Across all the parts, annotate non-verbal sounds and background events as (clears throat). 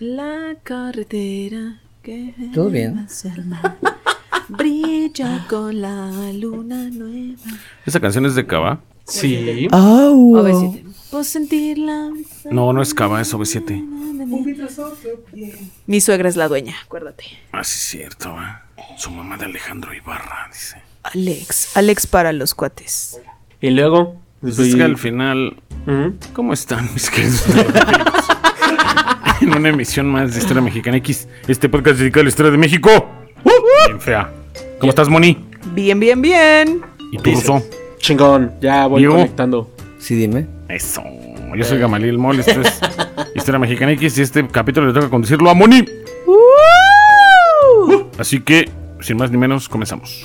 La carretera que Todo bien. hacia el (laughs) mar brilla con la luna nueva. ¿Esa canción es de Cava? Sí. ¡Au! OV7. Puedo sentirla. No, no es Cava, es OV7. Mi suegra es la dueña, acuérdate. Ah, sí, es cierto. ah. Su mamá de Alejandro Ibarra, dice. Alex, Alex para los cuates. Y luego. Pues soy- es que al final, Ujú. ¿cómo están mis queridos (laughs) amigos? En una emisión más de Historia Mexicana X, este podcast dedicado a la historia de México. Uh, Bien fea. ¿Cómo estás, Moni? Bien, bien, bien. ¿Y tú, Dices. Ruso? Chingón, ya voy Diego. conectando. Sí, dime. Eso. Eh. Yo soy Gamaliel Mol, esto (laughs) es Historia Mexicana X y este capítulo le toca conducirlo a Moni. Así que, sin más ni menos, comenzamos.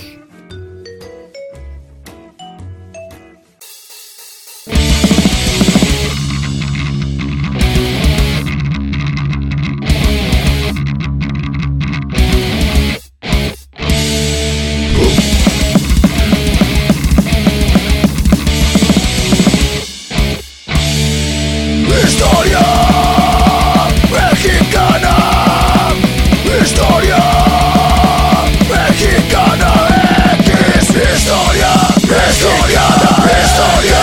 Historia mexicana. Historia mexicana. X historia. Historia. Historia.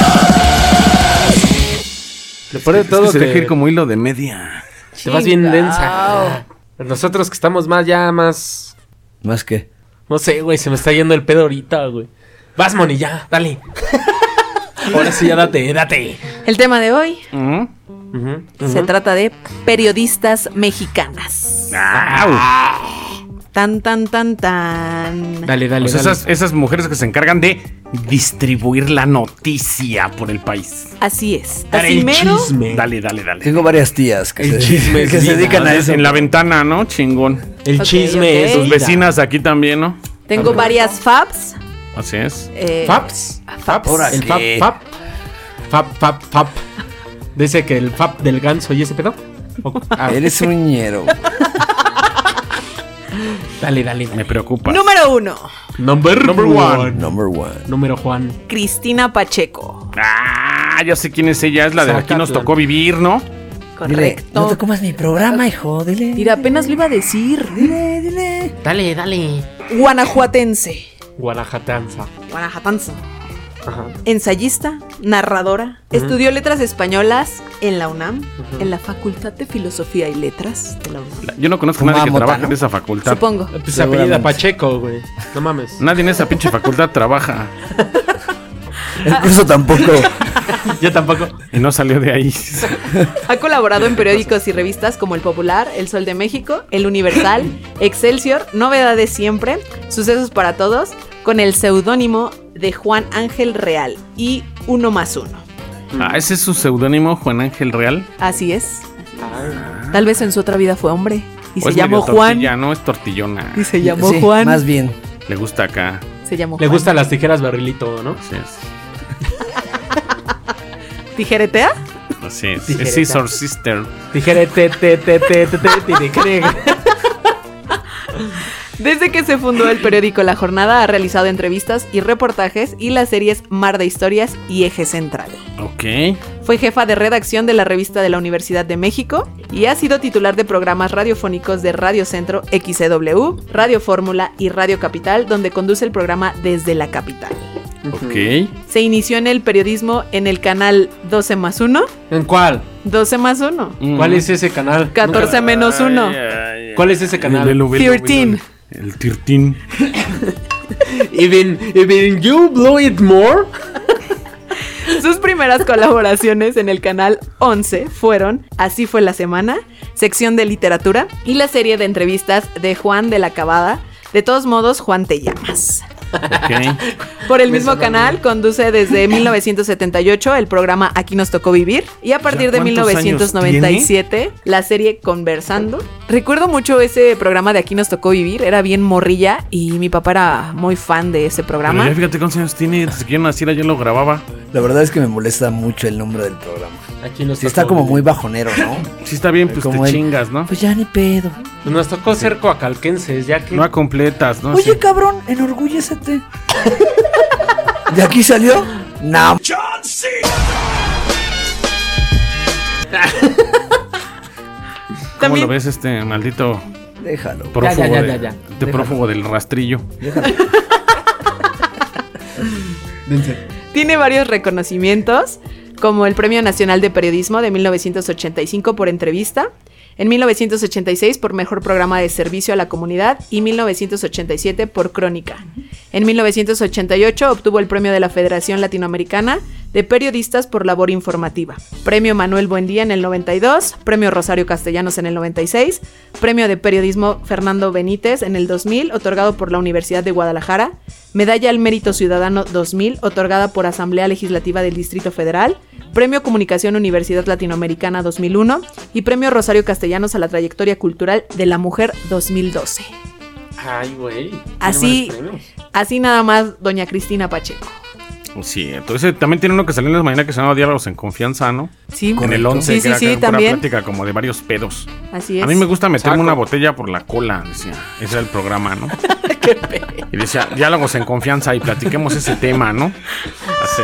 Lo peor de todo Es que se que deja ir como hilo de media. te vas bien Chingao. densa. Nosotros que estamos más, ya más. Más que. No sé, güey, se me está yendo el pedo ahorita, güey. Vas, Moni, ya, dale. Ahora sí, ya date, date. El tema de hoy Mm. Ujú. se trata de periodistas mexicanas. Ah, Tan, tan, tan, tan. Dale, dale. o sea, dale. Pues esas, esas mujeres que se encargan de distribuir la noticia por el país. Así es. Dar Así el mero. chisme. Dale, dale, dale. Tengo varias tías que, El se, chisme (laughs) es que se vida, dedican ¿no? a eso. En la ventana, ¿no? Chingón. El Ok, chisme ok. es. Tus Tus vida. vecinas aquí también, ¿no? Tengo varias fabs. Así es. eh, Faps. Faps. Ahora El sí. fap, fap. Fap, fap, fap. Dice que el fap del ganso y ese pedo. O- ah, Eres un ñero. dale, dale. Me dale. preocupa. Número uno. Number, Number one. Number one. Número Juan. Cristina Pacheco. Ah, ya sé quién es ella. Es la de aquí nos Zacatlán. tocó vivir, ¿no? Dile, no te Correcto. comas mi programa, hijo. Dile. Mira, apenas lo iba a decir. Dile, dile. Dale, dale. Guanajuatense. Guanajatanza. Guanajuatense. Ajá. Ensayista, narradora, estudió letras españolas en la UNAM, en la Facultad de Filosofía y Letras de la UNAM. La- Yo no conozco a Fumaba nadie que mota, trabaje en ¿no? esa facultad. Supongo. Pues se Seguramente. apellida Pacheco, güey. (laughs) No mames. Nadie en esa pinche facultad trabaja. El curso (laughs) tampoco. Yo tampoco. Y no salió de ahí. Ha colaborado en periódicos y revistas como El Popular, El Sol de México, El Universal, Excelsior, Novedades Siempre, Sucesos para Todos, con el seudónimo de Juan Ángel Real y Uno más Uno. Ah, ese es su seudónimo, Juan Ángel Real. Así es. Tal vez en su otra vida fue hombre y O se es llamó Pues medio Juan. tortilla, No, es tortillona. Y se llamó Sí, Juan. Más bien. Le gusta acá. Se llamó Le Juan. gustan las tijeras barrilito, ¿no? Así es. ¿Tijeretea? Así es. Tijereta. Es Scissor Sister. Tijere te te te te te te tijere. Desde que se fundó el periódico La Jornada ha realizado entrevistas y reportajes y las series Mar de Historias y Eje Central. Ok. Fue jefa de redacción de la revista de la Universidad de México y ha sido titular de programas radiofónicos de Radio Centro XCW, Radio Fórmula y Radio Capital, donde conduce el programa desde la capital. Ok. Se inició en el periodismo en el canal 12 más 1, ¿En cuál? 12 más 1, ¿Cuál es ese canal? 14 menos 1, ¿Cuál es ese canal? Thirteen. El Tirtín. Even, even you blow it more. Sus primeras colaboraciones en el canal 11 fueron Así fue la semana, sección de literatura y la serie de entrevistas de Juan de la Cabada. De todos modos, Juan te llamas. Ok. Por el Me mismo sonó canal conduce desde (laughs) 1978 el programa Aquí nos tocó vivir y a partir de ¿cuántos años 1997 la serie Conversando. Recuerdo mucho ese programa de Aquí nos tocó vivir, era bien morrilla y mi papá era muy fan de ese Pero ya programa. fíjate cuántos años tiene. Desde que yo naciera yo lo grababa. La verdad es que me molesta mucho el nombre del programa. Aquí nos Sí, está tocó- como muy bajonero, ¿no? Sí está bien, pues te Como el- chingas, ¿no? Pues ya ni pedo. Nos tocó ser coacalquenses, ya que. No a completas, ¿no? Oye, Sí. cabrón, enorgullécete. (laughs) ¿De aquí (laughs) salió? No. ¿Cómo También- lo ves este maldito Déjalo. prófugo? ya, de- ya, ya. de Déjalo. prófugo del rastrillo. Tiene varios reconocimientos, como el Premio Nacional de Periodismo de 1985 por entrevista, en 1986 por Mejor Programa de Servicio a la Comunidad y 1987 por Crónica. En 1988 obtuvo el Premio de la Federación Latinoamericana de Periodistas por Labor Informativa. Premio Manuel Buendía en el 92, Premio Rosario Castellanos en el 96, Premio de Periodismo Fernando Benítez en el 2000, otorgado por la Universidad de Guadalajara, Medalla al Mérito Ciudadano 2000, otorgada por Asamblea Legislativa del Distrito Federal, Premio Comunicación Universidad Latinoamericana 2001 y Premio Rosario Castellanos a la Trayectoria Cultural de la Mujer 2012. Ay, güey. Tiene Así- varios premios. Así nada más, doña Cristina Pacheco. Oh, Sí, entonces también tiene uno que salió en la mañana que se llama Diálogos en Confianza, ¿no? Sí, En el 11, Sí, que sí, era sí, pura también. plática como de varios pedos. Así es. A mí me gusta meterme Saco. una botella por la cola, decía. Ese era el (laughs) programa, ¿no? y decía, diálogos en confianza y platiquemos ese tema, ¿no? Así.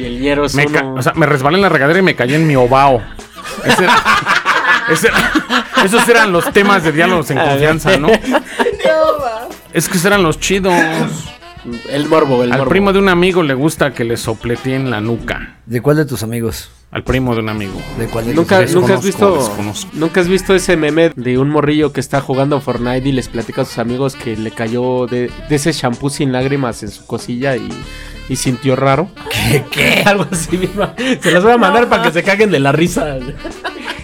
Y el hierro es Me ca- uno. o sea, me resbalé en la regadera y me caí en mi obao. Ese era- ese era- esos eran los temas de diálogos en confianza, ¿no? Es que esos eran los chidos. el morbo, el Al morbo. primo de un amigo le gusta que le sopleteen la nuca. ¿De cuál de tus amigos? Al primo de un amigo. ¿De cuál de ¿Nunca, tus amigos? nunca has visto, desconozco. ¿Nunca has visto ese meme de un morrillo que está jugando Fortnite y les platica a sus amigos que le cayó de, de ese shampoo sin lágrimas en su cosilla y, y sintió raro? ¿Qué? ¿Qué? (laughs) Algo así, mi ma- Se las voy a mandar para que se caguen de la risa.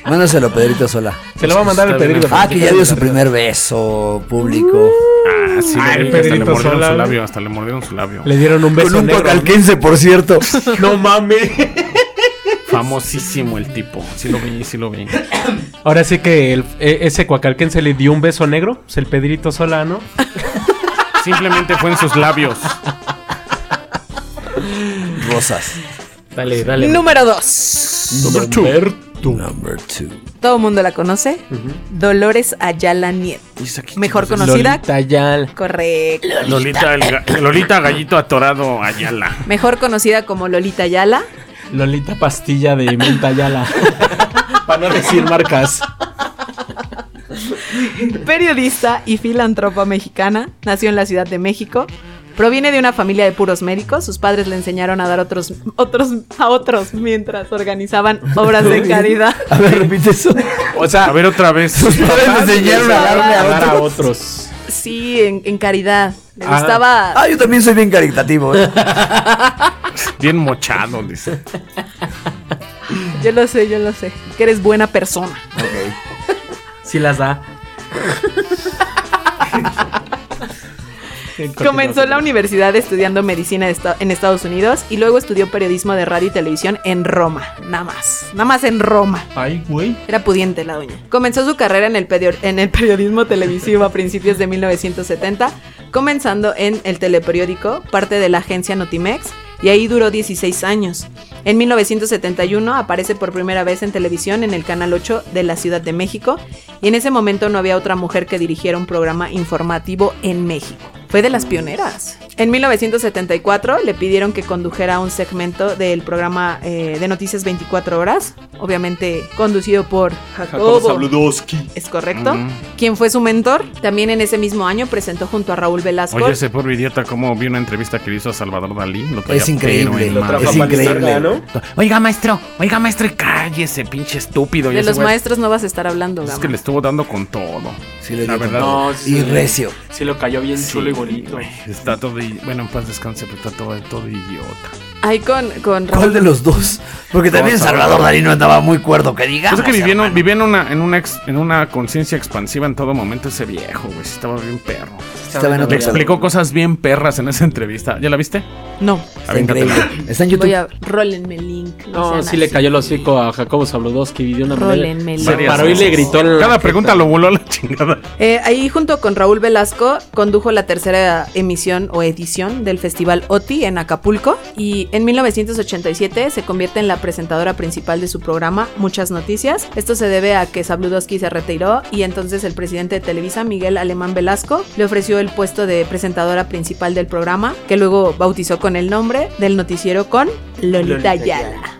Mándaselo a Pedrito Sola. Se lo va a mandar el Está bien Pedrito. enfermo. Ah, que ya dio su primer beso público. Ah, sí, lo Ay, vi, hasta le Pedrito mordieron Sola, su güey. labio, hasta le mordieron su labio. Le dieron un beso Con un negro. pacalquense, por cierto. (laughs) No mames. Famosísimo el tipo. Sí lo vi, sí lo vi. Ahora sí que el- e- ese cuacalquense le dio un beso negro. Pues el Pedrito Solano. Simplemente fue en sus labios. Rosas. Dale, dale. Número 2. Number two. Todo el mundo la conoce. Dolores Ayala Niet. Mejor conocida. Lolita Yal. Correcto. Lolita, el ga- Lolita Gallito Atorado Ayala. Mejor conocida como Lolita Ayala. Lolita pastilla de menta Yala. (laughs) para no decir marcas. periodista y filántropa mexicana, nació en la Ciudad de México. Proviene de una familia de puros médicos. Sus padres le enseñaron a dar otros, otros, a otros mientras organizaban obras de caridad. A ver, repite eso. O sea, A ver otra vez. Papás me enseñaron a darle a dar a otro. otros. Sí, en, en caridad. Le Ah. gustaba. Ah, yo también soy bien caritativo. (laughs) ¿eh? Bien mochado, dice. Yo lo sé, yo lo sé. Que eres buena persona. Ok. Sí las da. (laughs) Comenzó la universidad estudiando medicina de esta- en Estados Unidos y luego estudió periodismo de radio y televisión en Roma. Nada más. Nada más en Roma. Ay, güey. Era pudiente la doña. Comenzó su carrera en el, pedio- en el periodismo televisivo a principios de 1970, comenzando en el teleperiódico, parte de la agencia Notimex, y ahí duró 16 años. En 1971 aparece por primera vez en televisión en el Canal 8 de la Ciudad de México, y en ese momento no había otra mujer que dirigiera un programa informativo en México. Fue de las pioneras. En 1974 le pidieron que condujera un segmento del programa eh, de Noticias 24 Horas, obviamente conducido por Jacobo. Es correcto. Mm. Quien fue su mentor. También en ese mismo año presentó junto a Raúl Velasco. Oye, ese pobre idiota, como vi una entrevista que le hizo a Salvador Dalí. Lo traía Es increíble. pero en Lo madre. trajo Es a increíble. Palisarga, ¿no? Oiga, maestro, oiga, maestro, y cállese, pinche estúpido. Y de ese los güey- maestros no vas a estar hablando, Es Gama. que le estuvo dando con todo. Sí, le La digo. verdad. No, sí. Y recio. Sí lo cayó bien Sí, chulo y bonito. güey, Está todo. i- Bueno, en paz descanse, pero está todo, todo idiota. Ay, con, con ¿Cuál Raúl. de los dos? Porque también Vamos a ver. Salvador Dalí no andaba muy cuerdo, que digamos. Pues es que vivía, en- vivía en una, en una, ex- en una conciencia expansiva en todo momento ese viejo, güey. sí Estaba bien perro. Estaba en Le otro explicó cosas bien perras en esa entrevista. ¿Ya la viste? No. Está increíble. Está en Voy YouTube. a. Rólenme el link. No, sean sí le así. cayó el hocico a Jacobo Sabludowski y de una manera. Rólenme el Pa- link. Paró y le gritó en la Cada jeta. pregunta lo voló a la chingada. Eh, ahí junto con Raúl Velasco condujo la tercera emisión o edición del Festival OTI en Acapulco y en 1987 se convierte en la presentadora principal de su programa Muchas Noticias. Esto se debe a que Sabludowski se retiró y entonces el presidente de Televisa, Miguel Alemán Velasco, le ofreció el puesto de presentadora principal del programa que luego bautizó con el nombre del noticiero con Lolita Lolita Ayala.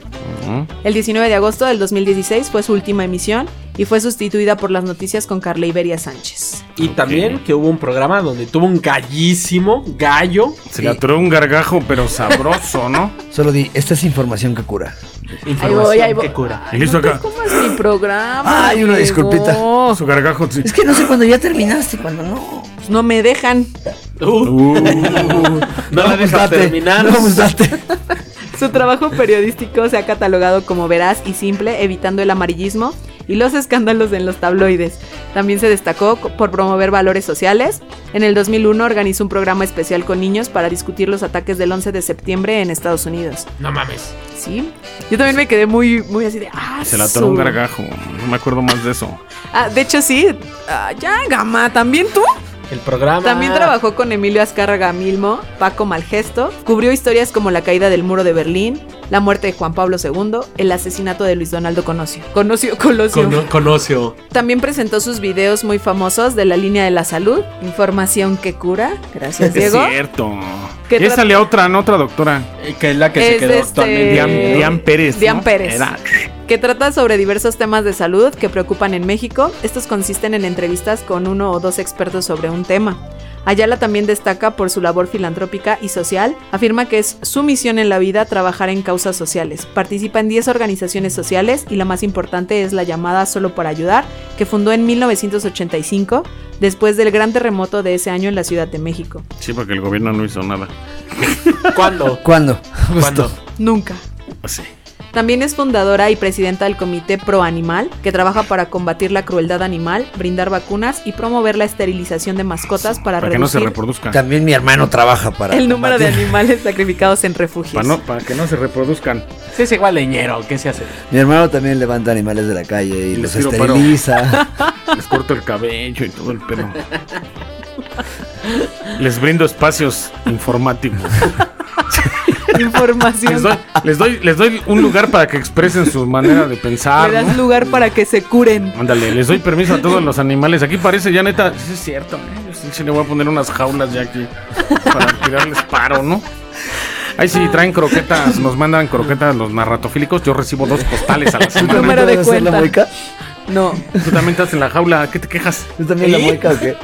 El 19 de agosto del 2016 fue su última emisión y fue sustituida por las noticias con Carla Iberia Sánchez. Y también que hubo un programa donde tuvo un gallísimo gallo. Se le atoró un gargajo, pero sabroso, ¿no? Solo di, esta es información que cura. voy, ahí Información voy. que cura. Y listo acá. ¿Cómo es mi programa? Ay, Ah, Diego? una disculpita. Su gargajo. sí. Es que no sé cuando ya terminaste, cuando no. Pues no me dejan. (laughs) Uh, Uh. (laughs) no la dejas date, terminar. No, pues date. Su trabajo periodístico se ha catalogado como veraz y simple, evitando el amarillismo y los escándalos en los tabloides. También se destacó co- por promover valores sociales. En el 2001 organizó un programa especial con niños para discutir los ataques del 11 de septiembre en Estados Unidos. No mames. ¿Sí? Yo también me quedé muy, muy así de... ¡Ah, Se le atoró un su- gargajo. No me acuerdo más de eso. Ah, de hecho, sí. Ah, ya, Gama, ¿también tú? El programa. También trabajó con Emilio Azcárraga Milmo, Paco Malgesto, cubrió historias como la caída del muro de Berlín, la muerte de Juan Pablo II, el asesinato de Luis Donaldo Conocio. Conocio, Colosio. Cono- conoció. También presentó sus videos muy famosos de la línea de la salud, información que cura, (laughs) gracias Es Diego. cierto. ¿Qué Y ahí tra- salió otra, ¿no? Otra doctora. eh, Que es la que se Es quedó este- actualmente. Dian, Dian Pérez. Dian ¿no? Pérez. Era- que trata sobre diversos temas de salud que preocupan en México. Estos consisten en entrevistas con uno o dos expertos sobre un tema. Ayala también destaca por su labor filantrópica y social. Afirma que es su misión en la vida trabajar en causas sociales. Participa en 10 organizaciones sociales y la más importante es la llamada Solo por Ayudar, que fundó en 1985, después del gran terremoto de ese año en la Ciudad de México. Sí, porque el gobierno no hizo nada. ¿Cuándo? ¿Cuándo? ¿Cuándo? Nunca. Ah, Sí. También es fundadora y presidenta del Comité Pro Animal, que trabaja para combatir la crueldad animal, brindar vacunas y promover la esterilización de mascotas para, Para, que no se reducir Ah. reproduzcan. También mi hermano trabaja para. el número de combatir. animales sacrificados en refugios. Para, no- para que no se reproduzcan. Sí, es igual leñero. ¿Qué se hace? Mi hermano también levanta animales de la calle y, Y los les tiro (laughs) paro. esteriliza. Les corto el cabello y todo el pelo. Les brindo espacios informáticos. Les (laughs) Información. doy, les, doy, les doy un lugar para que expresen su manera de pensar. Le das ¿no? lugar para que se curen. Ándale, les doy permiso a todos los animales. Aquí parece ya neta. Sí, es cierto. ¿eh? Yo sí, sí le voy a poner unas jaulas ya aquí para tirarles paro, ¿no? Ahí sí traen croquetas, nos mandan croquetas los narratofílicos. Yo recibo dos costales (laughs) a la semana. Número de ¿Puedo hacer la cuenta. mueca? No. Tú también estás en la jaula. ¿Qué te quejas? ¿Tú también la ¿Eh? mueca o qué?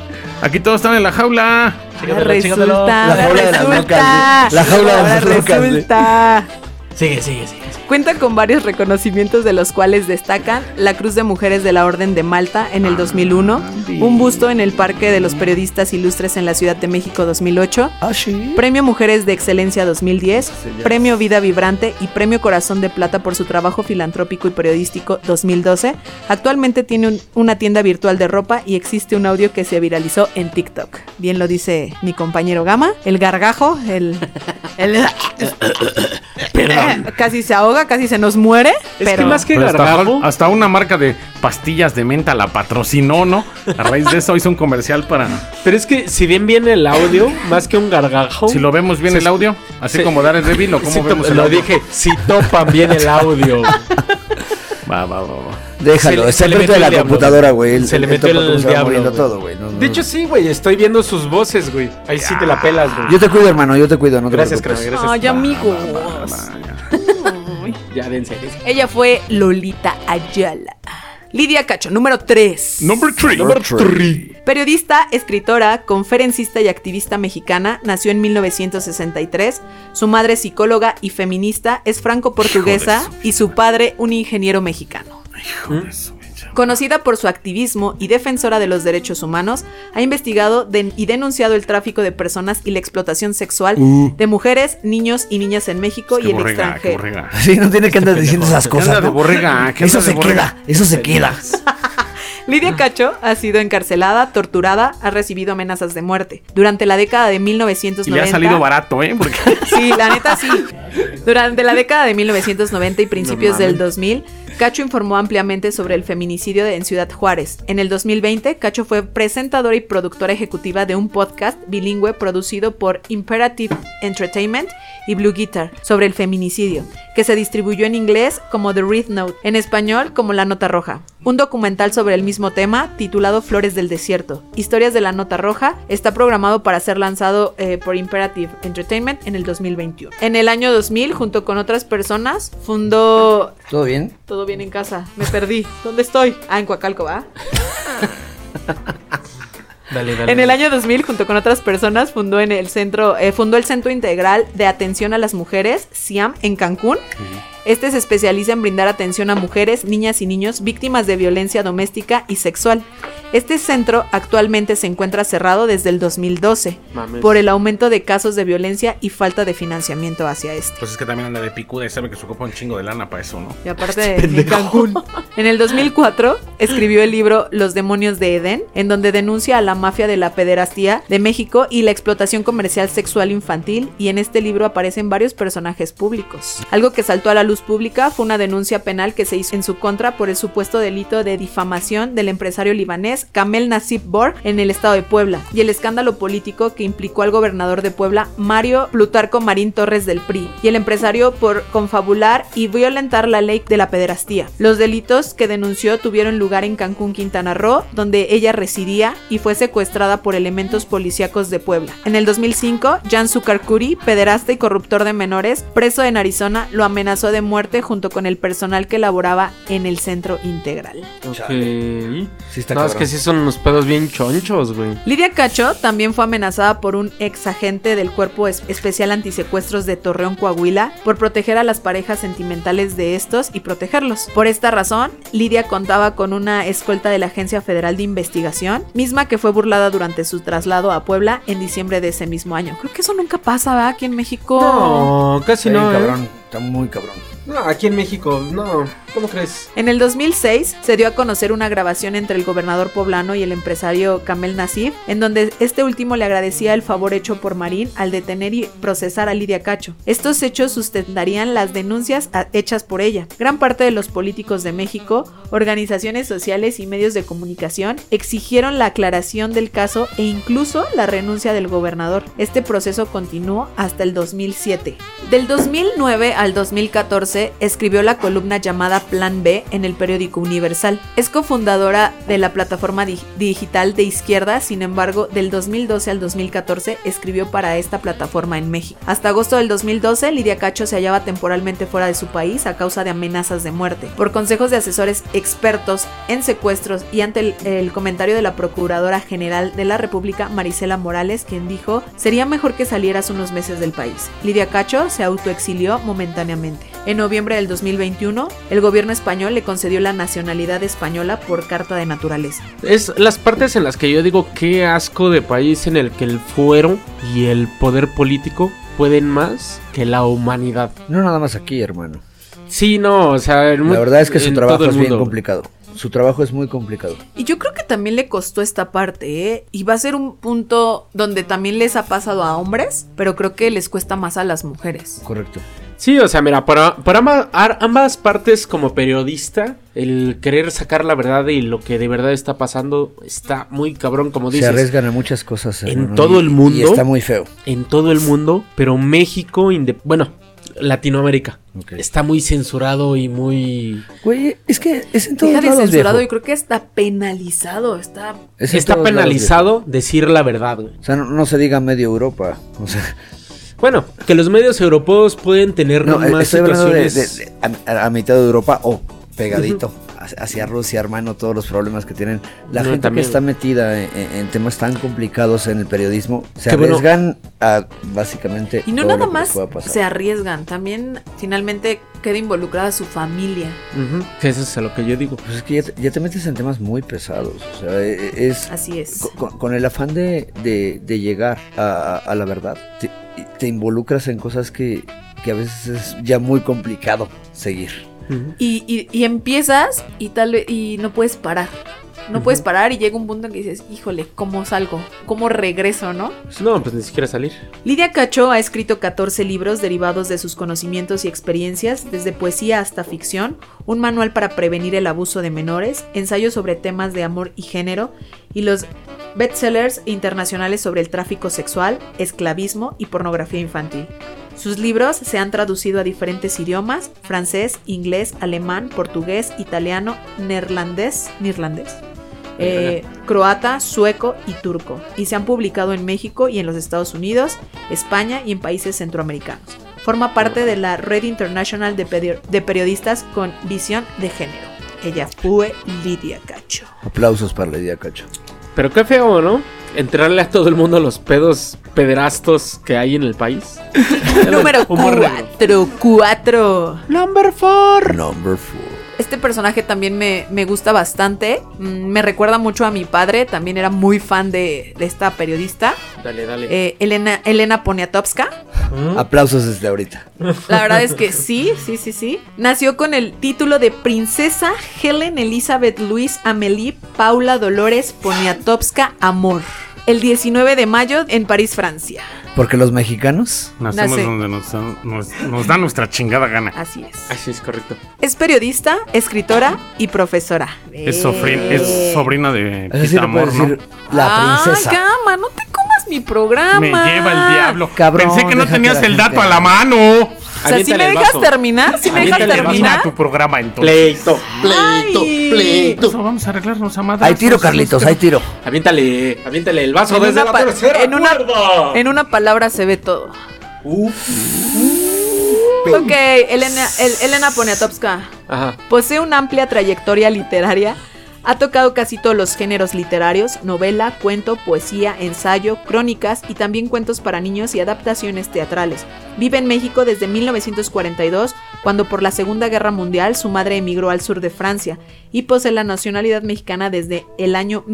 Aquí todos están en la jaula. Ahora Chícatelo, chícatelo. resulta. resulta. La jaula de las locas, sí. La jaula de Ahora las locas, ¿eh? sí. resulta. Sigue, sigue, sigue. sigue. Cuenta con varios reconocimientos de los cuales destacan la Cruz de Mujeres de la Orden de Malta en el 2001, un busto en el Parque de los Periodistas Ilustres en la Ciudad de México 2008, Ah, sí. Premio Mujeres de Excelencia 2010, Premio Vida Vibrante y Premio Corazón de Plata por su trabajo filantrópico y periodístico 2012. Actualmente tiene un- una tienda virtual de ropa y existe un audio que se viralizó en TikTok. Bien lo dice mi compañero Gama, el gargajo, el... el- (coughs) (coughs) casi se ahoga, casi se nos muere, Es pero... que más que Pero hasta, gargajo. hasta una marca de pastillas de menta la patrocinó, ¿no? A raíz de eso hizo un comercial para. Pero es que si bien viene el audio, más que un gargajo. Si lo vemos bien Se- el audio, así se- como Daredevil o como si vemos to- el lo audio. dije, si topan bien el audio. Va, va, va, va. (laughs) Se Déjalo, le- está se enfrente le de metió la el diablo. computadora, güey. Se le metió topo el cómo se va diablo, moviendo güey. todo, güey. No, no, De hecho, no. sí, güey. Estoy viendo sus voces, güey. Ahí sí te la pelas, güey. yo te cuido, hermano, yo te cuido, no te Gracias, preocupes. carnal, gracias. Ay, amigos. Ya, dense. dense. Ella fue Lolita Ayala. Lidia Cacho, número 3. Number three. Periodista, escritora, conferencista y activista mexicana, nació en 1963. Su madre es psicóloga y feminista, es franco-portuguesa y su padre un ingeniero mexicano. Conocida por su activismo y defensora de los derechos humanos, ha investigado den- y denunciado el tráfico de personas y la explotación sexual Uh. de mujeres, niños y niñas en México y Qué el borrega, qué extranjero. (laughs) borrega. Sí, no Este tiene que andar diciendo esas ¿Qué anda cosas. de ¿no? borrega? ¿Qué Eso anda de se borrega? queda, eso se queda. Lidia Ah. Cacho ha sido encarcelada, torturada, ha recibido amenazas de muerte. Durante la década de Y 1990 le ha salido barato, ¿eh? (laughs) Porque Sí, la neta sí. Durante la década de 1990 y principios del 2000, Cacho informó ampliamente sobre el feminicidio de- en Ciudad Juárez. En el 2020, Cacho fue presentadora y productora ejecutiva de un podcast bilingüe producido por Imperative Entertainment y Blue Guitar sobre el feminicidio, que se distribuyó en inglés como The Red Note, en español como La Nota Roja. Un documental sobre el mismo tema, titulado Flores del Desierto, Historias de la Nota Roja, está programado para ser lanzado eh, por Imperative Entertainment en el 2021. En el año 2000, junto con otras personas, fundó ¿Todo bien? Todo bien en casa. Me perdí. ¿Dónde estoy? Ah, en Coacalco, ¿va? Dale, dale. En el año 2000, junto con otras personas, fundó en el centro, eh, fundó el Centro Integral de Atención a las Mujeres, SIAM, en Cancún. Este se especializa en brindar atención a mujeres, niñas y niños víctimas de violencia doméstica y sexual. Este centro actualmente se encuentra cerrado desde el 2012 Mames. por el aumento de casos de violencia y falta de financiamiento hacia este. Pues es que también anda de picuda y sabe que su copa un chingo de lana para eso, ¿no? Y aparte, en Cancún. En el 2004 escribió el libro Los demonios de Edén, en donde denuncia a la mafia de la pederastía de México y la explotación comercial sexual infantil, y en este libro aparecen varios personajes públicos. Algo que saltó a la luz pública fue una denuncia penal que se hizo en su contra por el supuesto delito de difamación del empresario libanés Kamel Nasib Borg en el estado de Puebla, y el escándalo político que implicó al gobernador de Puebla, Mario Plutarco Marín Torres del PRI, y el empresario por confabular y violentar la ley de la pederastía. Los delitos que denunció tuvieron lugar en Cancún, Quintana Roo, donde ella residía y fue secuestrada por elementos policíacos de Puebla. En el 2005, Jan Sukarkuri, pederasta y corruptor de menores, preso en Arizona, lo amenazó de muerte junto con el personal que laboraba en el centro integral. Ok. Sí está no, es cabrón. que sí son unos pedos bien chonchos, güey. Lidia Cacho también fue amenazada por un ex agente del Cuerpo Es- Especial Antisecuestros de Torreón, Coahuila, por proteger a las parejas sentimentales de estos y protegerlos. Por esta razón, Lidia contaba con una escolta de la Agencia Federal de Investigación, misma que fue burlada durante su traslado a Puebla en diciembre de ese mismo año. Creo que eso nunca pasa, ¿verdad? Aquí en México. No, casi Está bien no. ¿eh? cabrón. Está muy cabrón. No, aquí en México, no. ¿Cómo crees? En el 2006 se dio a conocer una grabación entre el gobernador poblano y el empresario Kamel Nasif, en donde este último le agradecía el favor hecho por Marín al detener y procesar a Lidia Cacho. Estos hechos sustentarían las denuncias a- hechas por ella. Gran parte de los políticos de México, organizaciones sociales y medios de comunicación exigieron la aclaración del caso e incluso la renuncia del gobernador. Este proceso continuó hasta el 2007. Del 2009 al 2014 escribió la columna llamada Plan B en el periódico Universal. Es cofundadora de la plataforma dig- digital de izquierda, sin embargo, del 2012 al 2014 escribió para esta plataforma en México. Hasta agosto del 2012, Lidia Cacho se hallaba temporalmente fuera de su país a causa de amenazas de muerte. Por consejos de asesores expertos en secuestros y ante el, el comentario de la Procuradora General de la República, Marisela Morales, quien dijo, sería mejor que salieras unos meses del país. Lidia Cacho se autoexilió momentáneamente. En noviembre del 2021, el gobierno español le concedió la nacionalidad española por carta de naturaleza. Es las partes en las que yo digo qué asco de país en el que el fuero y el poder político pueden más que la humanidad. No nada más aquí, hermano. Sí, no, o sea, en mu- La verdad es que su en trabajo todo el es bien mundo. complicado. Su trabajo es muy complicado. Y yo creo que también le costó esta parte, ¿eh? Y va a ser un punto donde también les ha pasado a hombres, pero creo que les cuesta más a las mujeres. Correcto. Sí, o sea, mira, para, para amba- ar- ambas partes como periodista, el querer sacar la verdad y lo que de verdad está pasando está muy cabrón, como Se dices. arriesgan a muchas cosas. en hermano, todo y- el mundo. Y está muy feo. en todo el mundo, pero México, inde- bueno, Latinoamérica, Ok. está muy censurado y muy... Güey, es que es en todos Deja de lados, censurado, yo viejo. creo que está penalizado, está... Es en está todos lados, penalizado decir la verdad, güey. viejo. O sea, no, no se diga medio Europa. O sea, Bueno, que los medios europeos pueden tener no, eh, más estoy hablando de, situaciones... de- de- a, a mitad de Europa o pegadito hacia- hacia Rusia, hermano, todos los problemas que tienen. La No, gente también. que está metida en, en- en temas tan complicados en el periodismo se Que bueno. arriesgan a básicamente. Y no todo nada lo que les más pueda pasar. se arriesgan, también finalmente queda involucrada su familia. Ujú, que eso es a lo que yo digo. Pues es que ya te, ya te metes en temas muy pesados. O sea, e- e- es. Así es. co- co- Con, el afán de, de- de llegar a, a la verdad, te, te involucras en cosas que, que a veces es ya muy complicado seguir. Ujú. Y, y- y empiezas y tal vez- y no puedes parar. No puedes parar y llega un punto en que dices, híjole, ¿cómo salgo? ¿Cómo regreso, no? No, pues ni siquiera salir. Lidia Cacho ha escrito 14 libros derivados de sus conocimientos y experiencias, desde poesía hasta ficción, un manual para prevenir el abuso de menores, ensayos sobre temas de amor y género, y los bestsellers internacionales sobre el tráfico sexual, esclavismo y pornografía infantil. Sus libros se han traducido a diferentes idiomas, francés, inglés, alemán, portugués, italiano, neerlandés, neerlandés, eh, croata, sueco y turco, y se han publicado en México y en los Estados Unidos, España y en países centroamericanos. forma parte de la Red Internacional de, Perio- de Periodistas con Visión de Género. Ella fue Lidia Cacho. Aplausos para Lidia Cacho. Pero qué feo, ¿no? Entrarle a todo el mundo los pedos pederastos que hay en el país. (laughs) Número (laughs) Humor negro. 4. 4. Number four. Number four. Este personaje también me, me gusta bastante. Mm, Me recuerda mucho a mi padre. También era muy fan de, de esta periodista. Dale, dale. eh, Elena, Elena Poniatowska. ¿Mm? Aplausos desde ahorita. La verdad es (laughs) que sí, sí, sí, sí. Nació con el título de Princesa Helen Elizabeth Luis Amélie Paula Dolores Poniatowska Amor. El 19 de mayo en París, Francia. Porque los mexicanos. Nacemos Nace. donde nos, nos- nos da nuestra chingada gana. Así es. Así es correcto. Es periodista, escritora y profesora. Es, sofrin- Eh. es sobrina de Es decir, Pita Amor, ¿no? la princesa. Ay, cama, no te comas mi programa. Me lleva el diablo. Cabrón, Pensé que no déjate tenías la el gente. dato a la mano. O sea, si me dejas terminar, si me dejas Aviéntale el vaso. Vas a terminar. tu programa entonces. Pleito. Pleito, pleito. Eso, vamos a arreglarnos a madres. Hay pues, tiro, Carlitos, hay tiro. Aviéntale, aviéntale el vaso En desde una la pa- tercera en una- cuerda. En una palabra se ve todo. Uf. Ok, Elena, el- Elena Poniatowska. Ajá. Posee una amplia trayectoria literaria. Ha tocado casi todos los géneros literarios, novela, cuento, poesía, ensayo, crónicas y también cuentos para niños y adaptaciones teatrales. Vive en México desde 1942, cuando por la Segunda Guerra Mundial su madre emigró al sur de Francia y posee la nacionalidad mexicana desde el año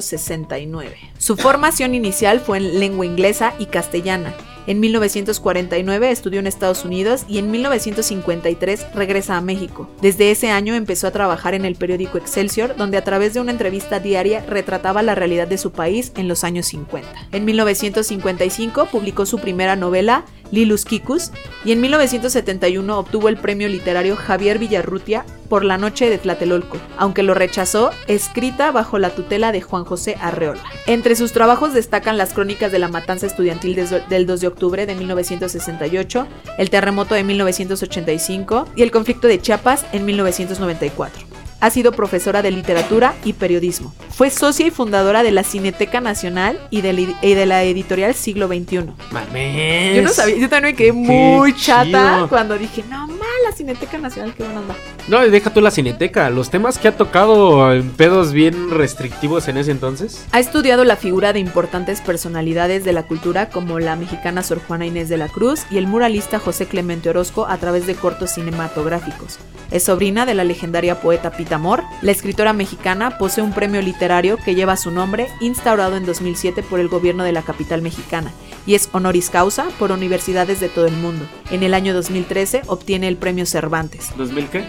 1969. Su formación inicial fue en lengua inglesa y castellana. En 1949 estudió en Estados Unidos y en 1953 regresa a México. Desde ese año empezó a trabajar en el periódico Excelsior, donde a través de una entrevista diaria retrataba la realidad de su país en los años 50. En 1955 publicó su primera novela, Lilus Kikus, y en 1971 obtuvo el premio literario Javier Villarrutia por La Noche de Tlatelolco, aunque lo rechazó, escrita bajo la tutela de Juan José Arreola. Entre sus trabajos destacan las crónicas de la matanza estudiantil des- del 2 de octubre de 1968, el terremoto de 1985 y el conflicto de Chiapas en 1994. Ha sido profesora de literatura y periodismo. Fue socia y fundadora de la Cineteca Nacional y de la, y de la editorial Siglo XXI. Mames. Yo no sabía, yo también me quedé muy chata chido. cuando dije, no ma, la Cineteca Nacional, qué buena onda. No, y deja tú la cineteca. Los temas que ha tocado en pedos bien restrictivos en ese entonces. Ha estudiado la figura de importantes personalidades de la cultura como la mexicana Sor Juana Inés de la Cruz y el muralista José Clemente Orozco a través de cortos cinematográficos. Es sobrina de la legendaria poeta Pita Amor. La escritora mexicana posee un premio literario que lleva su nombre, instaurado en 2007 por el gobierno de la capital mexicana, y es honoris causa por universidades de todo el mundo. En el año 2013 obtiene el premio Cervantes. ¿2000 qué?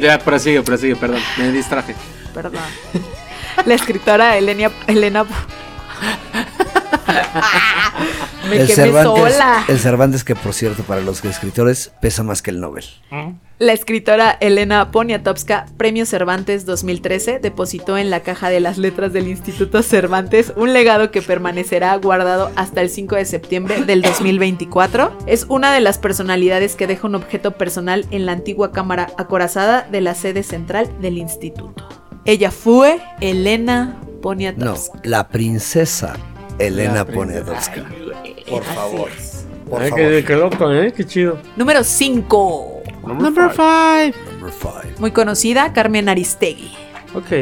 (coughs) ya, prosigue, prosigue, perdón. Me distraje. Perdón. La escritora Elena. Elena (laughs) me quemé sola. el Cervantes, que por cierto, para los escritores, pesa más que el Nobel. ¿Mm? La escritora Elena Poniatowska, Premio Cervantes 2013, depositó en la caja de las letras del Instituto Cervantes un legado que permanecerá guardado hasta el 5 de septiembre del 2024. Es una de las personalidades que deja un objeto personal en la antigua cámara acorazada de la sede central del instituto. Ella fue Elena No, Poniatowska. la princesa Elena La princesa. Poniatowska. Por favor. Por Ay, favor. Qué, qué loco, ¿eh? Qué chido. Número 5. Number 5. Number five. Muy conocida, Carmen Aristegui. Ok.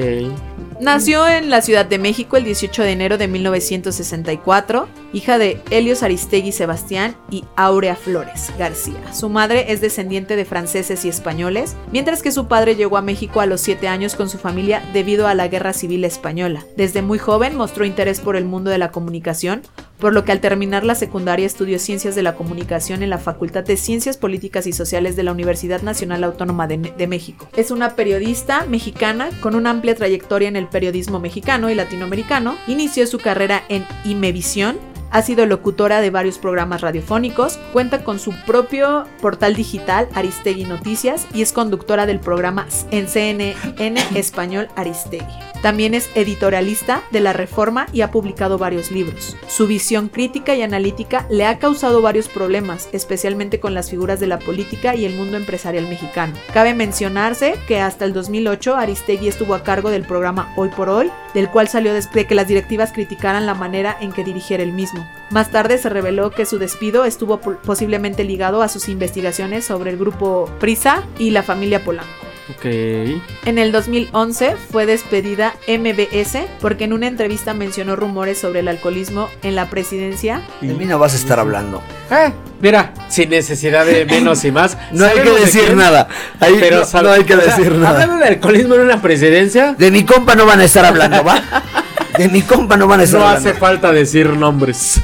Nació en la Ciudad de México el 18 de enero de 1964, hija de Helios Aristegui Sebastián y Aurea Flores García. Su madre es descendiente de franceses y españoles, mientras que su padre llegó a México a los 7 años con su familia debido a la Guerra Civil Española. Desde muy joven mostró interés por el mundo de la comunicación, por lo que al terminar la secundaria estudió Ciencias de la Comunicación en la Facultad de Ciencias Políticas y Sociales de la Universidad Nacional Autónoma de, de México. Es una periodista mexicana con una amplia trayectoria en el periodismo mexicano y latinoamericano. Inició su carrera en Imevisión. Ha sido locutora de varios programas radiofónicos, cuenta con su propio portal digital Aristegui Noticias y es conductora del programa en CNN Español Aristegui. También es editorialista de La Reforma y ha publicado varios libros. Su visión crítica y analítica le ha causado varios problemas, especialmente con las figuras de la política y el mundo empresarial mexicano. Cabe mencionarse que hasta el 2008 Aristegui estuvo a cargo del programa Hoy por Hoy, del cual salió después de que las directivas criticaran la manera en que dirigiera el mismo. Más tarde se reveló que su despido estuvo po- posiblemente ligado a sus investigaciones sobre el grupo Prisa y la familia Polanco. Ok. En el 2011 fue despedida MBS porque en una entrevista mencionó rumores sobre el alcoholismo en la presidencia. De mí no vas a estar hablando. Ah, mira, sin necesidad de menos y más. No hay que Sabemos de decir quién, nada. Ahí pero no- no, sabe- hay que o sea, decir nada. Hablando de alcoholismo en una presidencia, De mi compa no van a estar hablando, (laughs) ¿va? De mi compa no van a estar no hace hablando. falta decir nombres.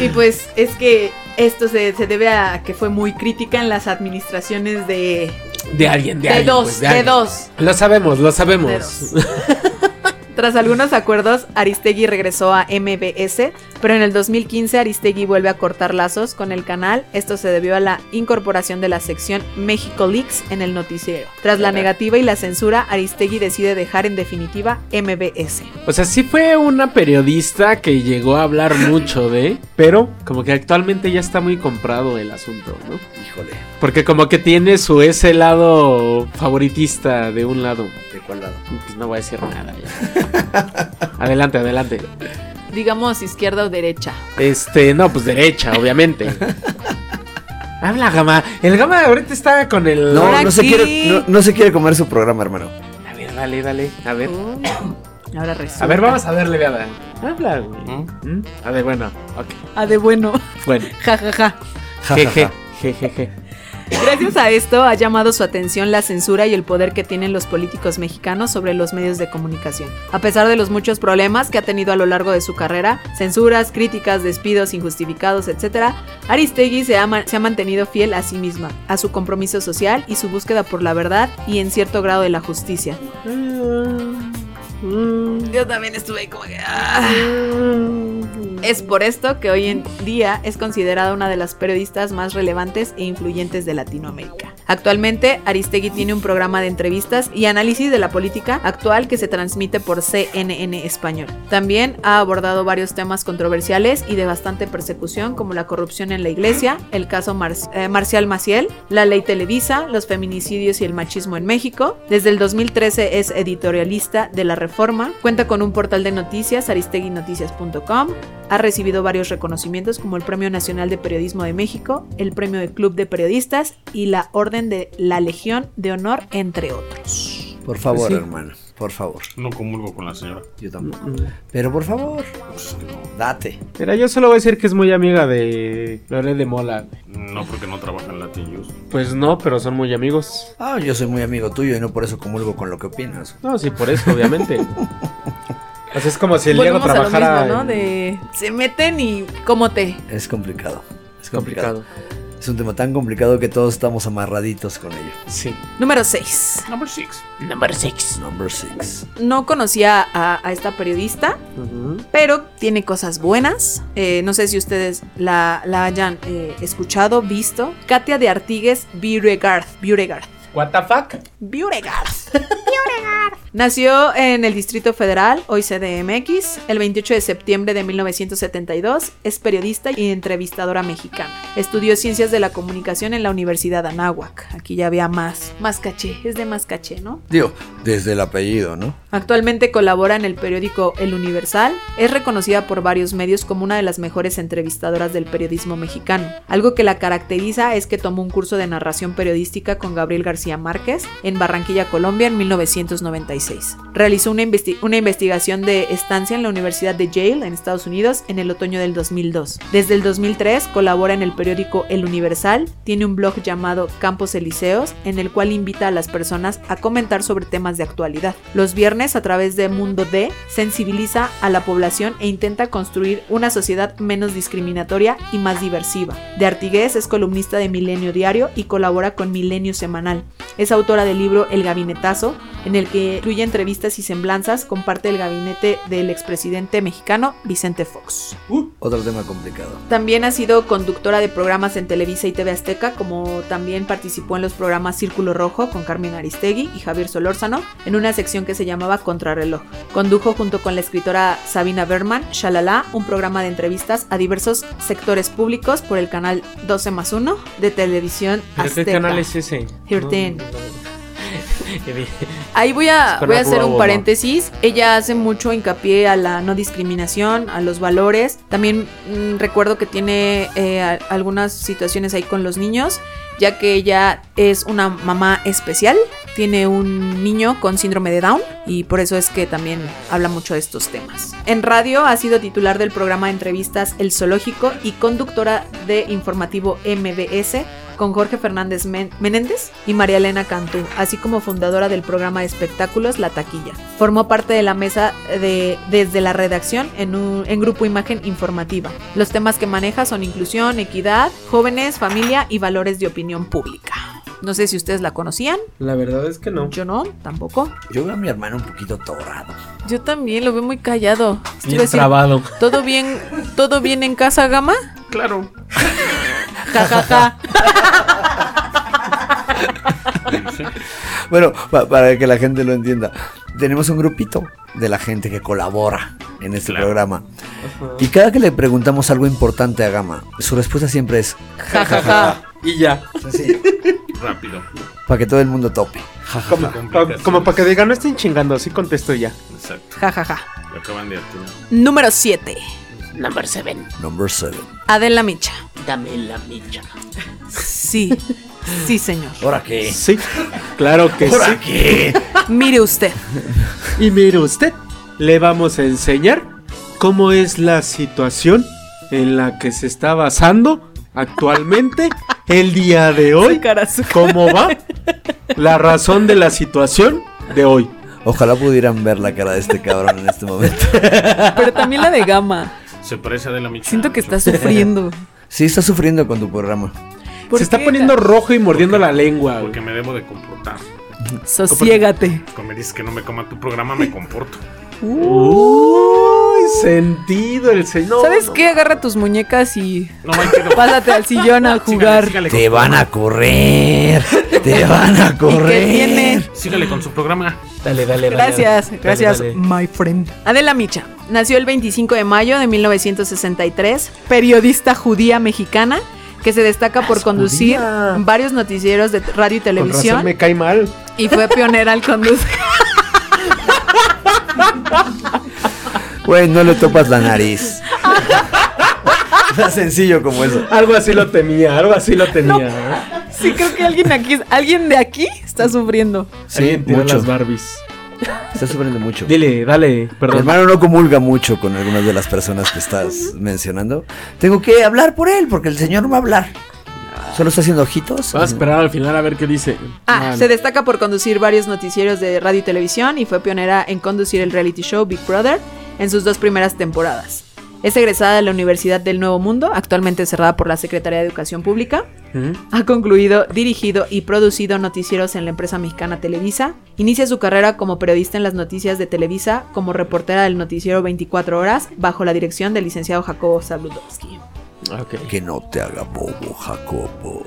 Y pues es que esto se, se debe a que fue muy crítica en las administraciones de... De alguien, de, de alguien, dos, pues, de, alguien. dos. Lo sabemos, lo de sabemos. dos. (laughs) Tras algunos acuerdos, Aristegui regresó a MBS, pero en el 2015 Aristegui vuelve a cortar lazos con el canal. Esto se debió a la incorporación de la sección México Leaks en el noticiero. Tras la Caray. negativa y la censura, Aristegui decide dejar en definitiva MBS. O sea, sí fue una periodista que llegó a hablar mucho de, pero como que actualmente ya está muy comprado el asunto, ¿no? Híjole, Porque como que tiene su ese lado favoritista de un lado. ¿de cuál lado? Pues no voy a decir nada ya. adelante, adelante. Digamos izquierda o derecha. Este, no, pues derecha, obviamente. Habla Gama. El Gama ahorita está con el. No, Ahora no se, sí. quiere, no, no se quiere comer su programa, hermano. A ver, dale, dale. A ver. Uh, ahora resulta. Eh. A ver, vamos a verle, Gama. Habla, güey. ¿Mm? ¿Mm? A ver, bueno. Ok. Ah, de bueno. (laughs) Bueno. Ja, ja, ja. Ja, ja, Jeje. ja. Jejeje. Gracias a esto ha llamado su atención la censura y el poder que tienen los políticos mexicanos sobre los medios de comunicación. A pesar de los muchos problemas que ha tenido a lo largo de su carrera, censuras, críticas, despidos injustificados, etc., Aristegui se ha, ma- se ha mantenido fiel a sí misma, a su compromiso social y su búsqueda por la verdad y en cierto grado de la justicia. Yo también estuve como que... ah. Es por esto que hoy en día es considerada una de las periodistas más relevantes e influyentes de Latinoamérica. Actualmente, Aristegui tiene un programa de entrevistas y análisis de la política actual que se transmite por CNN Español. También ha abordado varios temas controversiales y de bastante persecución como la corrupción en la iglesia, el caso Mar- eh, Marcial Maciel, la ley Televisa, los feminicidios y el machismo en México. Desde el 2013 es editorialista de La Reforma, cuenta con un portal de noticias, aristeguinoticias.com, ha recibido varios reconocimientos como el Premio Nacional de Periodismo de México, el Premio del Club de Periodistas y la Orden de la Legión de Honor, entre otros. Por favor, Sí. hermano. Por favor. No comulgo con la señora. Yo tampoco. Pero por favor, pues, date. Mira, yo solo voy a decir que es muy amiga de Lore de Mola. No, porque no trabaja en Latin News. Pues no, pero son muy amigos. Ah, yo soy muy amigo tuyo y no por eso comulgo con lo que opinas. No, sí, por eso, obviamente. (laughs) O sea, es como si el Diego Volvemos a lo trabajara. mismo, ¿no? en- De se meten y cómo te. Es complicado. Es complicado. Complicado. Es un tema tan complicado que todos estamos amarraditos con ello. Sí. Número 6. Number six. Number 6. Number six. No conocía a- a esta periodista, pero tiene cosas buenas. Eh, no sé si ustedes la, la hayan eh, escuchado, visto. Katia de Artigues Beauregard. Beauregard. What the fuck? Beauregard. Nació en el Distrito Federal, hoy CDMX, el 28 de septiembre de 1972. Es periodista y entrevistadora mexicana. Estudió Ciencias de la Comunicación en la Universidad Anáhuac. Aquí ya había más. Más caché. Es de más caché, ¿no? Digo, desde el apellido, ¿no? Actualmente colabora en el periódico El Universal, es reconocida por varios medios como una de las mejores entrevistadoras del periodismo mexicano. Algo que la caracteriza es que tomó un curso de narración periodística con Gabriel García Márquez en Barranquilla, Colombia, en 1996. Realizó una, investi- una investigación de estancia en la Universidad de Yale, en Estados Unidos, en el otoño del 2002. Desde el 2003 colabora en el periódico El Universal, tiene un blog llamado Campos Elíseos, en el cual invita a las personas a comentar sobre temas de actualidad. Los viernes, a través de Mundo D, sensibiliza a la población e intenta construir una sociedad menos discriminatoria y más diversiva. De Artigués es columnista de Milenio Diario y colabora con Milenio Semanal. Es autora del libro El Gabinetazo, en el que incluye incluye entrevistas y semblanzas, comparte el gabinete del expresidente mexicano Vicente Fox. Otro tema complicado. También ha sido conductora de programas en Televisa y TV Azteca, como también participó en los programas Círculo Rojo con Carmen Aristegui y Javier Solórzano, en una sección que se llamaba Contrarreloj. Condujo junto con la escritora Sabina Berman, Shalala, un programa de entrevistas a diversos sectores públicos por el canal 12 más 1 de Televisión ¿Pero Azteca. qué canal es ese? Hirten. No, no, no. Ahí voy a, Con voy a la hacer prueba un bomba. paréntesis. Ella hace mucho hincapié a la no discriminación, a los valores. También mm, recuerdo que tiene eh, a- algunas situaciones ahí con los niños, ya que ella es una mamá especial. Tiene un niño con síndrome de Down y por eso es que también habla mucho de estos temas. En radio ha sido titular del programa de entrevistas El Zoológico y conductora de informativo MBS con Jorge Fernández Men- Menéndez y María Elena Cantú, así como fundadora del programa de espectáculos La Taquilla. Formó parte de la mesa de desde la redacción en, un, en Grupo Imagen Informativa. Los temas que maneja son inclusión, equidad, jóvenes, familia y valores de opinión pública. No sé si ustedes la conocían, (laughs) La verdad es que no. yo no, tampoco. Yo veo a mi hermano un poquito torrado. Yo también lo veo muy callado. Bien trabado. ¿Todo bien, todo bien en casa, Gama? Claro. Ja, ja, ja. Bueno, pa- para que la gente lo entienda, tenemos un grupito de la gente que colabora en este programa. Y cada que le preguntamos algo importante a Gama, su respuesta siempre es Ja, ja, ja. Y ya. sencillo, Rápido. para que todo el mundo tope. Como, Complicación. como para que digan, no estén chingando, así contesto ya. Exacto. Ja, ja, ja. Lo acaban de atinar. Número 7. Number 7. Number 7. Adela Micha. Dame la micha. Sí, sí, señor. ¿Ahora qué? Sí, claro que sí. ¿Ahora qué? Mire usted. Y mire usted, le vamos a enseñar cómo es la situación en la que se está basando actualmente el día de hoy. ¿Cómo va? La razón de la situación de hoy. Ojalá pudieran ver la cara de este cabrón en este momento. Pero también la de Gama. Se parece a de la Micha. Siento que está sufriendo. Sí, está sufriendo con tu programa. ¿Por Se está qué? poniendo rojo y mordiendo la lengua. güey. Porque me debo de comportar. Sosiégate. Cuando me dices que no me coma tu programa, me comporto. Uy, sentido el señor. ¿Sabes qué? Agarra tus muñecas y No me (laughs) pedo. pásate al sillón a jugar. Sígale, sígale Te con, van a correr. Te van a correr. tiene? sígale con su programa. Dale, dale, dale. Gracias, dale, gracias, dale. my friend. Adela Micha nació el 25 de mayo de 1963, periodista judía mexicana que se destaca por conducir judía. varios noticieros de radio y Con razón televisión me cae mal. y fue pionera al conducir. Güey, no le topas la (laughs) nariz. Tan sencillo como eso. Algo así lo tenía, algo así lo tenía. (laughs) Sí, creo que alguien aquí, alguien de aquí está sufriendo. Sí, tiró mucho. las Barbies. Está sufriendo mucho. Dile, dale, Mi perdón. hermano no comulga mucho con algunas de las personas que estás mencionando. Tengo que hablar por él, porque el señor no va a hablar. Solo está haciendo ojitos. Vas a esperar al final a ver qué dice. Ah, Man. se destaca por conducir varios noticieros de radio y televisión y fue pionera en conducir el reality show Big Brother en sus dos primeras temporadas. Es egresada de la Universidad del Nuevo Mundo, actualmente cerrada por la Secretaría de Educación Pública. ¿Mm? Ha concluido, dirigido y producido noticieros en la empresa mexicana Televisa. Inicia su carrera como periodista en las noticias de Televisa, como reportera del noticiero 24 Horas, bajo la dirección del licenciado Jacobo Zabludowski. Ok. Que no te haga bobo, Jacobo.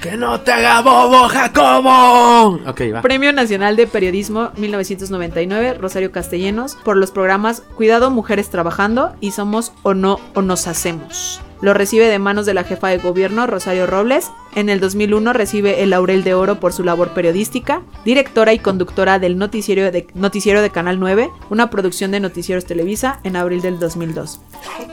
Que no te haga bobo, Jacobo. Ok, va. Premio Nacional de Periodismo 1999, Rosario Castellanos, por los programas Cuidado Mujeres Trabajando y Somos o No o Nos Hacemos. Lo recibe de manos de la jefa de gobierno, Rosario Robles. En el 2001 recibe el Laurel de Oro por su labor periodística, directora y conductora del noticiero de, noticiero de Canal 9, una producción de Noticieros Televisa en abril del 2002.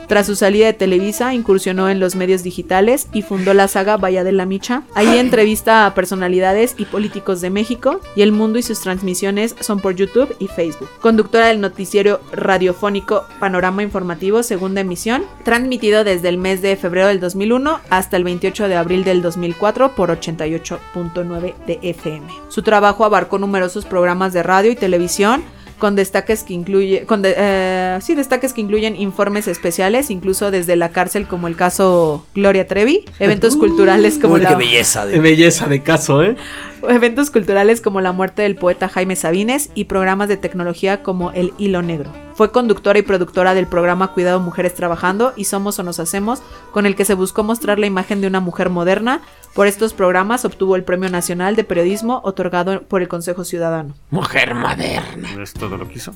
Tras su salida de Televisa, incursionó en los medios digitales y fundó la saga Vaya de la Micha. Ahí entrevista a personalidades y políticos de México y el mundo y sus transmisiones son por YouTube y Facebook. Conductora del noticiero radiofónico Panorama Informativo, segunda emisión, transmitido desde el mes de febrero del 2001 hasta el 28 de abril del 2004 por 88.9 de FM. Su trabajo abarcó numerosos programas de radio y televisión, con destaques que incluye, con de- eh, sí, destaques que incluyen informes especiales, incluso desde la cárcel como el caso Gloria Trevi, eventos culturales como Uy, la qué belleza. de- Belleza de caso, ¿eh? eventos culturales como la muerte del poeta Jaime Sabines y programas de tecnología como El Hilo Negro. Fue conductora y productora del programa Cuidado Mujeres Trabajando y Somos o Nos Hacemos, con el que se buscó mostrar la imagen de una mujer moderna. Por estos programas obtuvo el Premio Nacional de Periodismo otorgado por el Consejo Ciudadano. Mujer moderna. Es todo lo que hizo.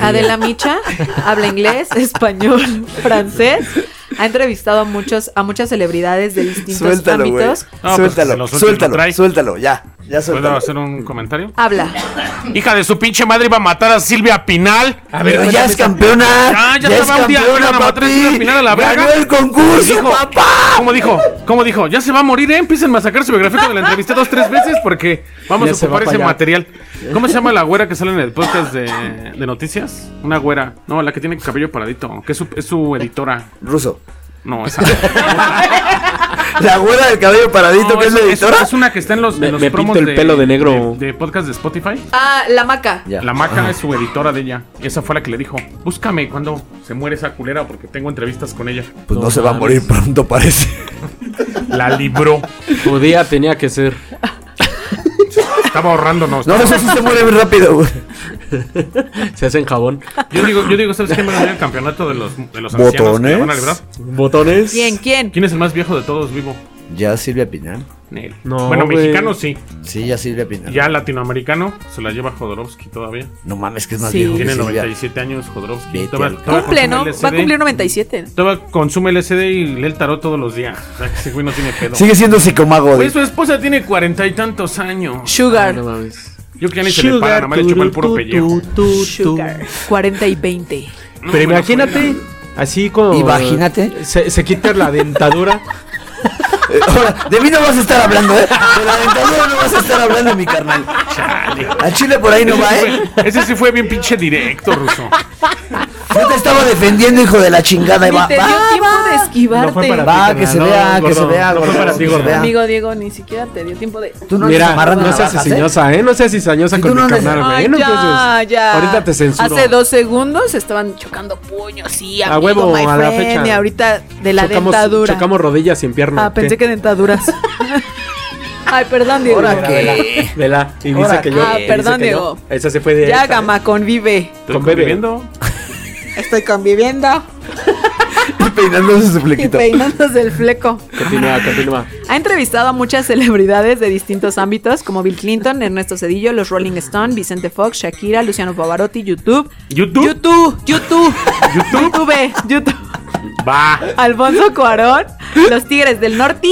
Adela Micha habla (laughs) inglés, español, francés. Ha entrevistado a muchos a muchas celebridades de distintos Suéltalo, güey. ámbitos. pues, suéltalo, se lo suelta y lo suéltalo, trae. suéltalo, ya. Ya ¿Puedo suéltalo. hacer un comentario? Habla. Hija de su pinche madre iba a matar a Silvia Pinal. Pero ya es campeona. Ah, (laughs) ya es se va un día, campeona, una matriz y una papi. final a la Ganó verga. el concurso, Dijo, papá. ¿Cómo dijo? ¿Cómo dijo? Ya se va a morir, ¿eh? Empiecen a sacar su biografía de la entrevista dos, tres veces porque vamos Ya a se va ocupar pa' ese allá. material. ¿Cómo se llama la güera que sale en el podcast de, de noticias? Una güera. No, la que tiene cabello paradito, que es su, es su editora. Ruso. (laughs) No, esa. La abuela del cabello paradito "Ah". No, que es la es- editora. es- es una que está en los, en Me- los me promos pinto el de- pelo de negro. De, de podcast de Spotify. Ah, la maca. Ya. La maca es su editora de ella. Y esa fue la que le dijo: Búscame cuando se muere esa culera porque tengo entrevistas con ella. Pues no, se va a morir pronto, parece. La libró. Tu día tenía que ser. Estaba (laughs) ahorrándonos. No, no sé si se muere muy rápido, güey. Se hacen jabón. Yo digo, yo digo, ¿sabes quién va a ganar el campeonato de los, de los ancianos que ¿Botones? van a librar? Botones. ¿Quién? ¿Quién? ¿Quién es el más viejo de todos vivo? Ya Silvia Pinal. Nel. No, bueno, güey. mexicano sí. Sí, ya Silvia Pinal. Ya latinoamericano se la lleva Jodorowsky todavía. No mames, que es más Sí. viejo que Tiene Silvia. 97 años Jodorowsky. Vete Todavía- al todavía Cumple, ¿no? consume Va a LSD. cumplir 97. Ah, Todavía consume LSD y lee el tarot todos los días. O sea, que ese güey no tiene pedo. Sigue siendo psicomago. Güey, de- su esposa tiene cuarenta y tantos años. Sugar. No mames. Yo que ya ni se le para, nada más le chupa el puro pellejo. Sugar. 40 y 20. No, Pero bueno, imagínate, así como. Imagínate. Se, se quita la dentadura. (laughs) Eh, Ahora, de mí no vas a estar hablando, ¿eh? De la dentadura no vas a estar hablando, mi carnal. Al chile por ahí no va, Ese sí, ¿eh? fue, ese sí fue bien pinche directo, ruso. Yo te estaba defendiendo, hijo de la chingada. y Ni Va, te dio va, tiempo de esquivarte. va, ti, que se carnal. vea, No, que se gordo, vea, no fue gordo, para que ti, se gordo. vea. Amigo Diego, ni siquiera te dio tiempo de. Tú no andes Mira, amarrando no seas navajas, ¿eh? cizañosa, ¿eh? No seas cizañosa Y con tú mi no andes- carnal, güey. Ay, No ya, empieces. ya. Ahorita te censuro. Hace dos segundos estaban chocando puños, y A amigo, huevo, my a la friend, fecha. Y ahorita de la Chocamos- dentadura. Chocamos rodillas sin pierna. ah, pensé que dentaduras. Ay, perdón, Diego. Ahora que. (laughs) Vela, y dice Ahora, que yo. ah, y dice perdón, que yo- Diego. Esa se fue de. Ya, Gama, convive. Estoy Con bebé. conviviendo. Estoy conviviendo Peinándose su y flequito. peinándose (laughs) el fleco. Continúa, continúa. Ha entrevistado a muchas celebridades de distintos ámbitos, como Bill Clinton, Ernesto Cedillo, los Rolling Stone, Vicente Fox, Shakira, Luciano Pavarotti, YouTube. ¿YouTube? YouTube, (laughs) YouTube, YouTube, YouTube. Va. Alfonso Cuarón, Los Tigres del Norte,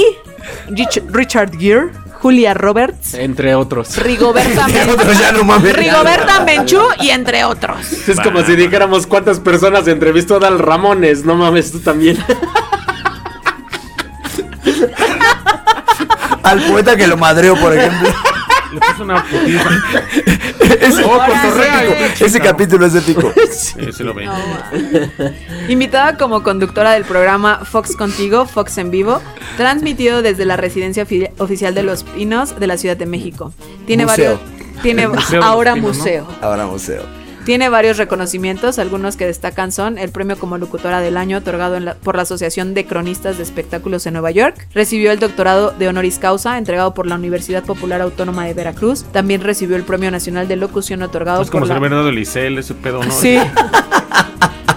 Rich- Richard Gere, Julia Roberts, Entre otros. Rigoberta, Men- Otros ya no mames. Rigoberta Menchú y entre otros. (laughs) Es como si dijéramos cuántas personas entrevistó a Dal Ramones. No mames, tú también. Al poeta que lo madreó, por (laughs) ejemplo. Le puso una putiza. Ese, Oh, cotorrea, ese eh. Claro. capítulo es (laughs) épico. Sí, sí lo ve. Invitada como conductora del programa Fox Contigo, Fox en Vivo, transmitido desde la residencia ofi- oficial de Los Pinos de la Ciudad de México. Tiene Museo. varios tiene El Museo de Los ahora Pinos, ¿no? museo. Ahora museo. Tiene varios reconocimientos, algunos que destacan son el premio como locutora del año otorgado en la- por la Asociación de Cronistas de Espectáculos en Nueva York. Recibió el doctorado de honoris causa entregado por la Universidad Popular Autónoma de Veracruz. También recibió el premio nacional de locución otorgado Es como por ser la... Bernardo Licel, ese pedo, (laughs) ¿no? Sí.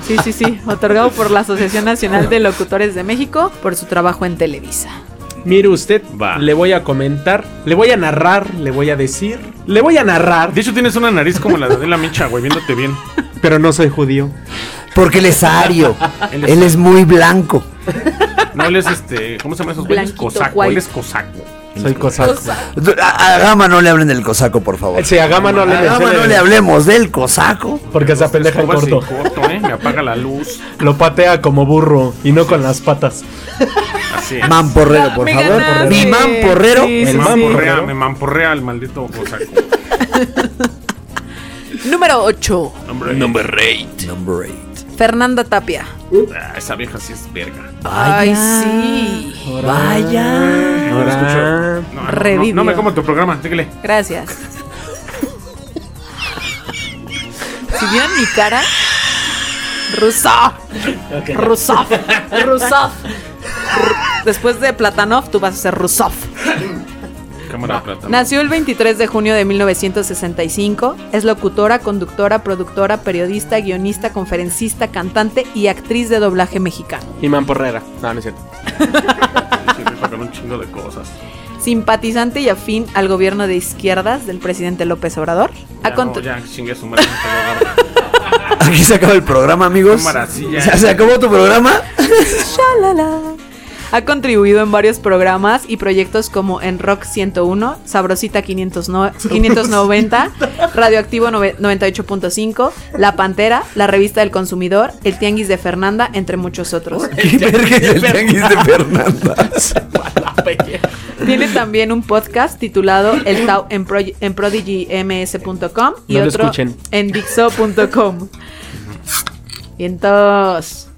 Sí, sí, sí, otorgado por la Asociación Nacional de Locutores de México por su trabajo en Televisa. (laughs) Mire usted, Va. le voy a comentar, le voy a narrar, le voy a decir, le voy a narrar, De hecho, tienes una nariz como la de Adela Micha, güey, viéndote bien. pero no soy judío. Porque él es ario. Él es- él es muy blanco. No, él es este. ¿Cómo se llaman esos güeyes? Blanquito, Cosaco. guay. Él es cosaco. Soy cosaco. A, a Gama no le hablen del cosaco, por favor. Si a Gama no a le Gama no le hablemos del cosaco. Porque esa pendeja en Escoba sin corto. corto, ¿eh? Me apaga la luz. Lo patea como burro y no con las patas. Así es. Mamporrero, por Me favor. ganaste. Mi mamporrero. Sí, me sí, mamporrea, me mamporrea el maldito cosaco. sí. Número 8. Hombre, Number eight. Fernanda Tapia. ah, esa vieja sí es verga. Ay, sí. Vaya. No, lo escucho. No, no, no, Revivió. no me como tu programa, síguele. Gracias. Si si vieron mi cara. Russo. Rusov. (laughs) Rusov. Ru- Después de Platanov, tú vas a ser Rusov. Cámara de plata. Nació el 23 de junio de 1965. Es locutora, conductora, productora, periodista, guionista, conferencista, cantante y actriz de doblaje mexicano. Imán Porrera. No, no es cierto. Sí, sí, sacan un chingo de cosas. Simpatizante y afín al gobierno de izquierdas del presidente López Obrador. Ya, Ha cont- no, ya chingue su madre. no te lo agarro. Aquí se acaba el programa, amigos. Cámara, sí, ya. ¿Se, se acabó tu programa? Shalala. Ha contribuido en varios programas y proyectos como en Rock 101, Sabrosita 509 590, Radioactivo nove- 98.5, La Pantera, La Revista del Consumidor, El Tianguis de Fernanda, entre muchos otros. ¿Qué verga es el tianguis de Fernanda? Tiene también un podcast titulado El Tau en, Pro- en prodigyms.com y No lo otro escuchen. en dixo.com. Y entonces,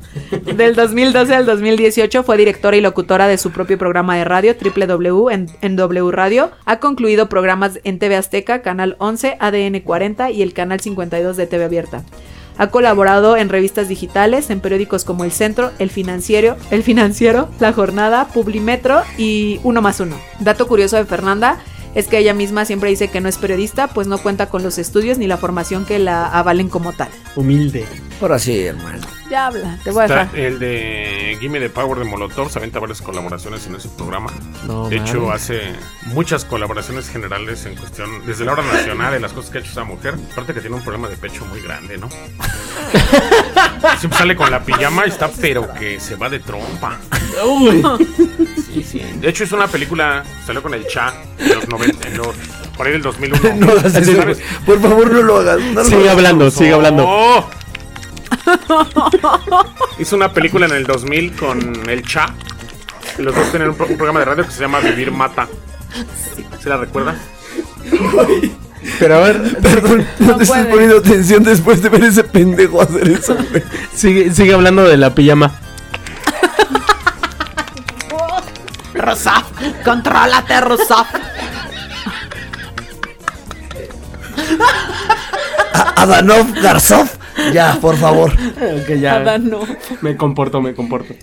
del 2012 al 2018 fue directora y locutora de su propio programa de radio WW en, en W Radio. Ha concluido programas en TV Azteca, Canal 11, ADN 40 y el Canal 52 de TV Abierta. Ha colaborado en revistas digitales, en periódicos como El Centro, El Financiero, El Financiero, La Jornada, Publimetro y Uno más Uno. Dato curioso de Fernanda es que ella misma siempre dice que no es periodista, pues no cuenta con los estudios ni la formación que la avalen como tal. Humilde. (laughs) Ahora sí, hermano. Ya habla, te voy a dejar. Está el de Gimme the Power de Molotov se aventa varias colaboraciones en ese programa. No, de hecho, mames. hace muchas colaboraciones generales en cuestión, desde la hora nacional, de las cosas que ha hecho esa mujer. Aparte que tiene un problema de pecho muy grande, (laughs) ¿no? Siempre sale con la pijama y está, pero que se va de trompa. Sí, sí. De hecho, es una película, salió con el Cha en los 90, en los- por ahí del (laughs) 2001. No hagas eso, güey. ¿Sabes? Por favor, no lo hagas. no lo Sigue hagas. hablando, sigue hablando. ¡No! (laughs) Hizo una película en el 2000 con el Cha. Y Los dos tienen un, pro- un programa de radio que se llama Vivir Mata. ¿Se la recuerda? Pero a ver, Perdón, no, No te estás puede. poniendo atención después de ver ese pendejo hacer eso, güey. sigue, sigue hablando de la pijama. Rosa, contrólate, Rosa. A- Adanov Garzov. Ya, por favor. Que ya Nada, no. me comporto, me comporto.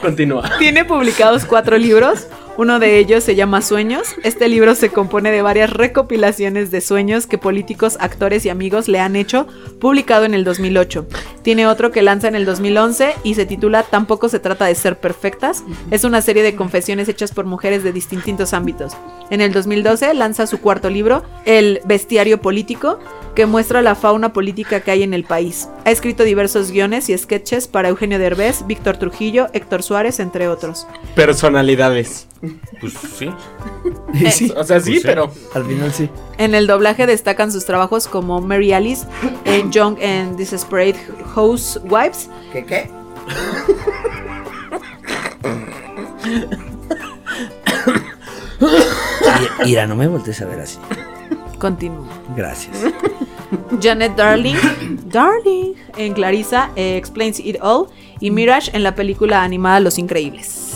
Continúa. Tiene publicados cuatro libros. Uno de ellos se llama Sueños. Este libro se compone de varias recopilaciones de sueños que políticos, actores y amigos le han hecho, publicado en el 2008. Tiene otro que lanza en el 2011 y se titula Tampoco se trata de ser perfectas. Es una serie de confesiones hechas por mujeres de distintos ámbitos. En el 2012 lanza su cuarto libro, El Bestiario Político, que muestra la fauna política que hay en el país. Ha escrito diversos guiones y sketches para Eugenio Derbez, Víctor Trujillo, Héctor Suárez, entre otros. Personalidades. Pues sí. Sí, o sea, sí, Pues sí. pero. Al final sí. En el doblaje destacan sus trabajos como Mary Alice en Young and Desperate Housewives. ¿Qué qué? Ira, no me voltees a ver así. Continúa. Gracias. Janet (coughs) Darling, Darling en Clarissa eh, Explains It All y Mirage en la película animada Los Increíbles.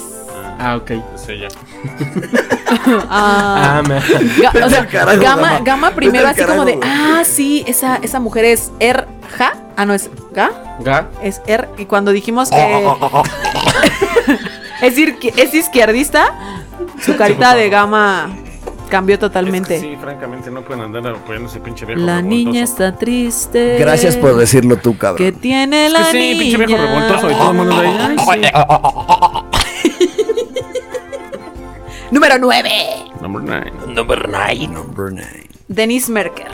Ah, ok. Es ella. Ah, Ah, me- ga- Vete o sea, al carajo, gama, Gama. gama Vete primero al así como de, carajo, ah, sí, esa, esa mujer es Erja. Ah, no, es Ga, Ga. es Er. Y cuando dijimos que Oh, (laughs) es, irqui- es izquierdista, su carita de gama cambió totalmente. Es que sí, francamente, no pueden andar apoyando ese pinche viejo. La revoltoso. niña está triste. Gracias por decirlo tú, Que cabrón. tiene Es la que sí, niña. pinche viejo revoltoso. Y todo el mundo de ahí. ay, sí. Número 9. Number nine. Number 9. Number (laughs) nine. Denise Merker.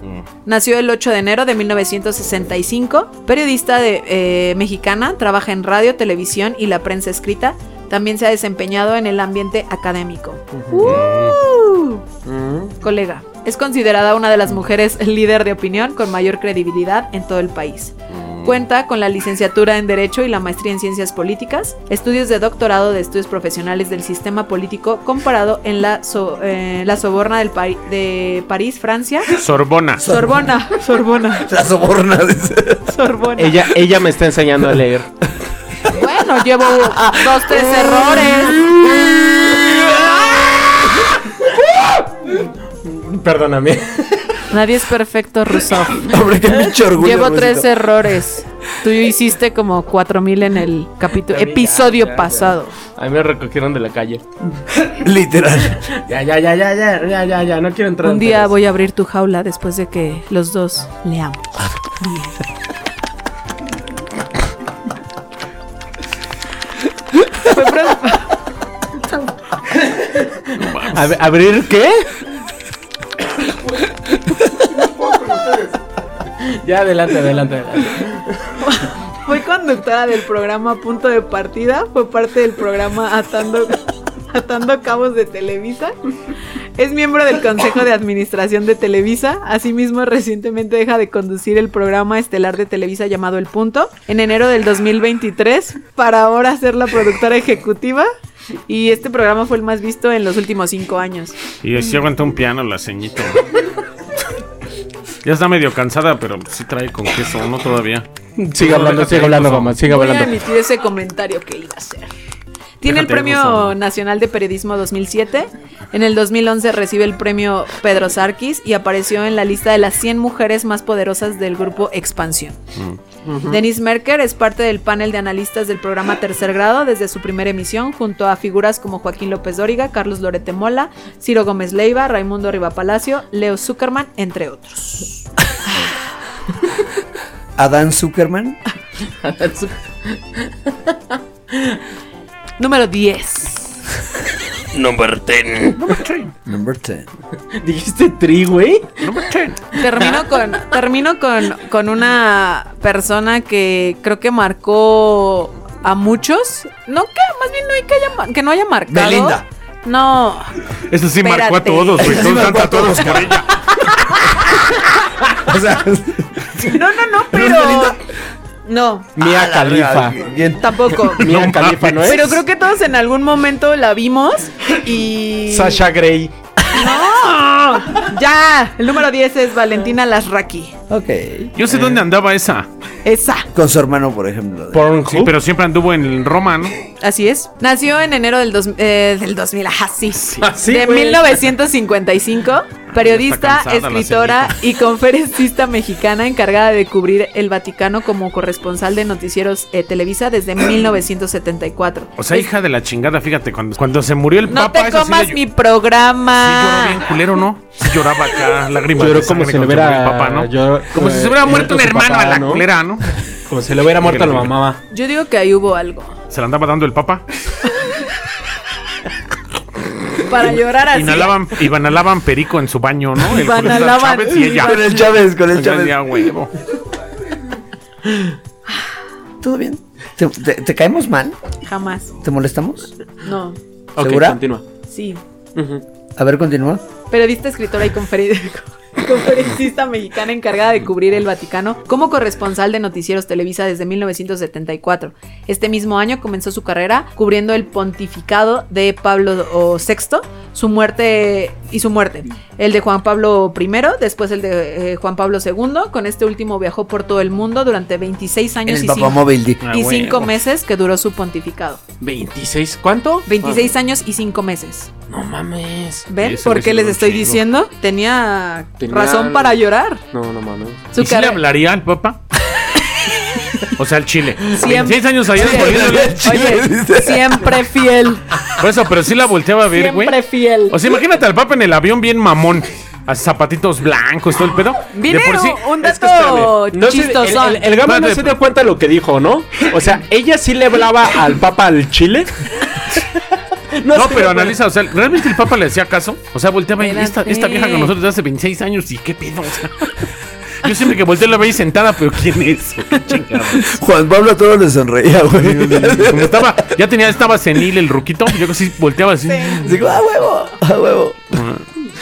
Mm. Nació el 8 de enero de 1965, periodista de, eh, mexicana, trabaja en radio, televisión y la prensa escrita. También se ha desempeñado en el ambiente académico. ¡Uh! Colega, es considerada una de las mujeres líder de opinión con mayor credibilidad en todo el país. Cuenta con la licenciatura en Derecho y la maestría en Ciencias Políticas, estudios de doctorado de estudios profesionales del sistema político comparado en la, so- eh, la Soborna del Pari- de París, Francia. Sorbona. Sorbona, Sorbona, La soborna. dice. Sorbona. Ella, ella me está enseñando a leer. Bueno, llevo dos, tres errores. Perdóname. Nadie es perfecto, Rousseau. Hombre, qué pinche orgullo. Llevo Rosita. tres errores. Tú hiciste como 4000 en el capítulo También ya, episodio ya, ya. pasado. A mí me recogieron de la calle. Literal. Ya, ya, ya, ya, ya, ya, ya, ya, no quiero entrar. Un en día pedos. voy a abrir tu jaula después de que los dos leamos. A ver, ¿Abrir qué? ya, adelante, adelante, adelante. Fui conductora del programa Punto de Partida, fue parte del programa Atando, Atando Cabos de Televisa. Es miembro del Consejo de Administración de Televisa. Asimismo, recientemente deja de conducir el programa estelar de Televisa llamado El Punto en enero del 2023 para ahora ser la productora ejecutiva. Y este programa fue el más visto en los últimos cinco años. Y así aguanta un piano la ceñita. ya está medio cansada, pero sí trae con queso, ¿no? Todavía. Sigue hablando, sigue hablando, mamá, sigue Voy a hablando. emitir ese comentario que iba a hacer. Tiene Déjate, el Premio Rosa. Nacional de Periodismo 2007. En el 2011 recibe el premio Pedro Sarkis y apareció en la lista de las 100 mujeres más poderosas del grupo Expansión. Denise Merker es parte del panel de analistas del programa Tercer Grado desde su primera emisión, junto a figuras como Joaquín López Dóriga, Carlos Lorete Mola, Ciro Gómez Leiva, Raimundo Riva Palacio, Leo Zuckerman, entre otros. Adán Zuckerman. Número 10. Number 10. Number 10. ¿Dijiste tri, güey? Termino con, termino con, con una persona que creo que marcó a muchos. No que, más bien no hay que, haya, ma- que no haya marcado. Belinda. No. Eso sí marcó a Espérate. todos, (laughs) güey. Ese sí Todos marcó cantan a todos. todos por ella. O sea, No, no, no, pero. Belinda? No, Mía a la Califa. verga, bien. tampoco. Mía Califa, (laughs) ¿no es? Pero creo que todos en algún momento la vimos y. Sasha Grey. ¡No! Ya, el número 10 es Valentina Lasraki. Ok. Yo sé dónde andaba esa. Esa. Con su hermano, por ejemplo. Pornhub. Sí, pero siempre anduvo en Roma, ¿no? Así es. Nació en enero del, dos- eh, del 2000, ajá, sí. Así, de güey. 1955, Ya periodista, está cansada la escritora señorita. y conferencista mexicana encargada de cubrir el Vaticano como corresponsal de noticieros eh, Televisa (clears throat) desde 1974. O sea, hija de la chingada, fíjate, cuando, cuando se murió el No papa... te esa sí comas le- mi Sí, lloró bien programa. culero, ¿no? Sí lloraba (laughs) acá, lágrimas Lloró de como sangre si le cuando se hubiera. murió el papá, ¿no? lloró- Como si se hubiera lloró muerto un su hermano papá, a la ¿no? culera, ¿no? Como si le hubiera muerto a la mamá. Yo digo que ahí hubo algo. Se la andaba dando el papá. (laughs) Para llorar Ah, así. Inhalaban, y banalaban perico en su baño, ¿no? El Banalaban. Julio Chávez y ella. Con el Chávez, con el Acá Chávez. decía, huevo. ¿Todo bien? ¿Te, te- te caemos mal? Jamás. ¿Te molestamos? No. Ok, ¿Segura? continúa. Sí. A ver, continúa. periodista, escritora y conferen- (laughs) conferencista mexicana encargada de cubrir el Vaticano como corresponsal de noticieros Televisa desde 1974. Este mismo año comenzó su carrera cubriendo el pontificado de Pablo o- VI, su muerte y su muerte, el de Juan Pablo I, después el de eh, Juan Pablo II. Con este último viajó por todo el mundo durante 26 En años el y, cinco, papamóvil, Dick. Ah, y huevo. cinco meses que duró su pontificado. ¿26 cuánto? 26 años y 5 meses. No mames. ¿Ven Eso por le qué sirve les un estoy chingo. diciendo? Tenía, Tenía razón algo. para llorar. No, no mames. Su ¿Y si le carrera. hablaría al papá? O sea, al chile. Siempre. 26 años allá Oye, (laughs) volviéndole- Oye, siempre fiel. Por eso, pero sí la volteaba a ver, güey. Siempre fiel. O sea, imagínate al papa en el avión bien mamón. A zapatitos blancos, todo el pedo. Viene De por sí- un es que dato No se- chistosón. el, el- el gama no Espérate. se dio cuenta de lo que dijo, ¿no? O (laughs) sea, ella sí le hablaba al Papa al Chile. No, (laughs) se dio pero cuenta. analiza, o sea, ¿realmente el Papa le hacía caso? O sea, volteaba y esta, Espérate. esta vieja con nosotros de hace 26 años y qué pedo. O sea, yo siempre que volteo la veía sentada, pero ¿quién es? ¿Qué chingados? Juan Pablo a todos le sonreía, güey. Como estaba, ya tenía, estaba senil el ruquito, yo sí volteaba así. Digo, ah, huevo, ah, huevo.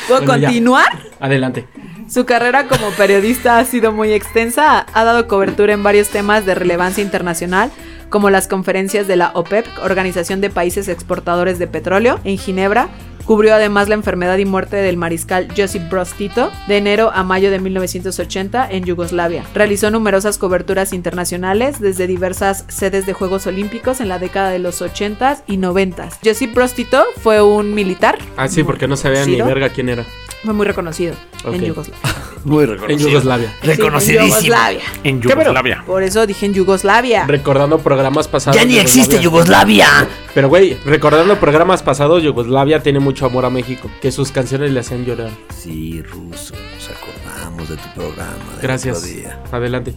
¿Puedo Bueno, ya. continuar? Adelante. Su carrera como periodista ha sido muy extensa, ha dado cobertura en varios temas de relevancia internacional, como las conferencias de la OPEP, Organización de Países Exportadores de Petróleo, en Ginebra. Cubrió además la enfermedad y muerte del mariscal Josip Broz Tito de enero a mayo de 1980 en Yugoslavia. Realizó numerosas coberturas internacionales desde diversas sedes de Juegos Olímpicos en la década de los 80s y 90s. Josip Broz Tito fue un militar Ah, sí, porque no sabía ¿Sí, ni no? verga quién era. Fue muy reconocido Ok. en Yugoslavia. Muy En reconocido. Yugoslavia. Sí, en Reconocidísimo. Yugoslavia. En Yugoslavia. Por eso dije en Yugoslavia. Recordando programas pasados. ya ni Yugoslavia. existe Yugoslavia. Pero, güey, recordando programas pasados, Yugoslavia tiene mucho amor a México. Que sus canciones le hacían llorar. Sí, ruso, nos acordamos de tu programa. del Gracias. otro día. Adelante.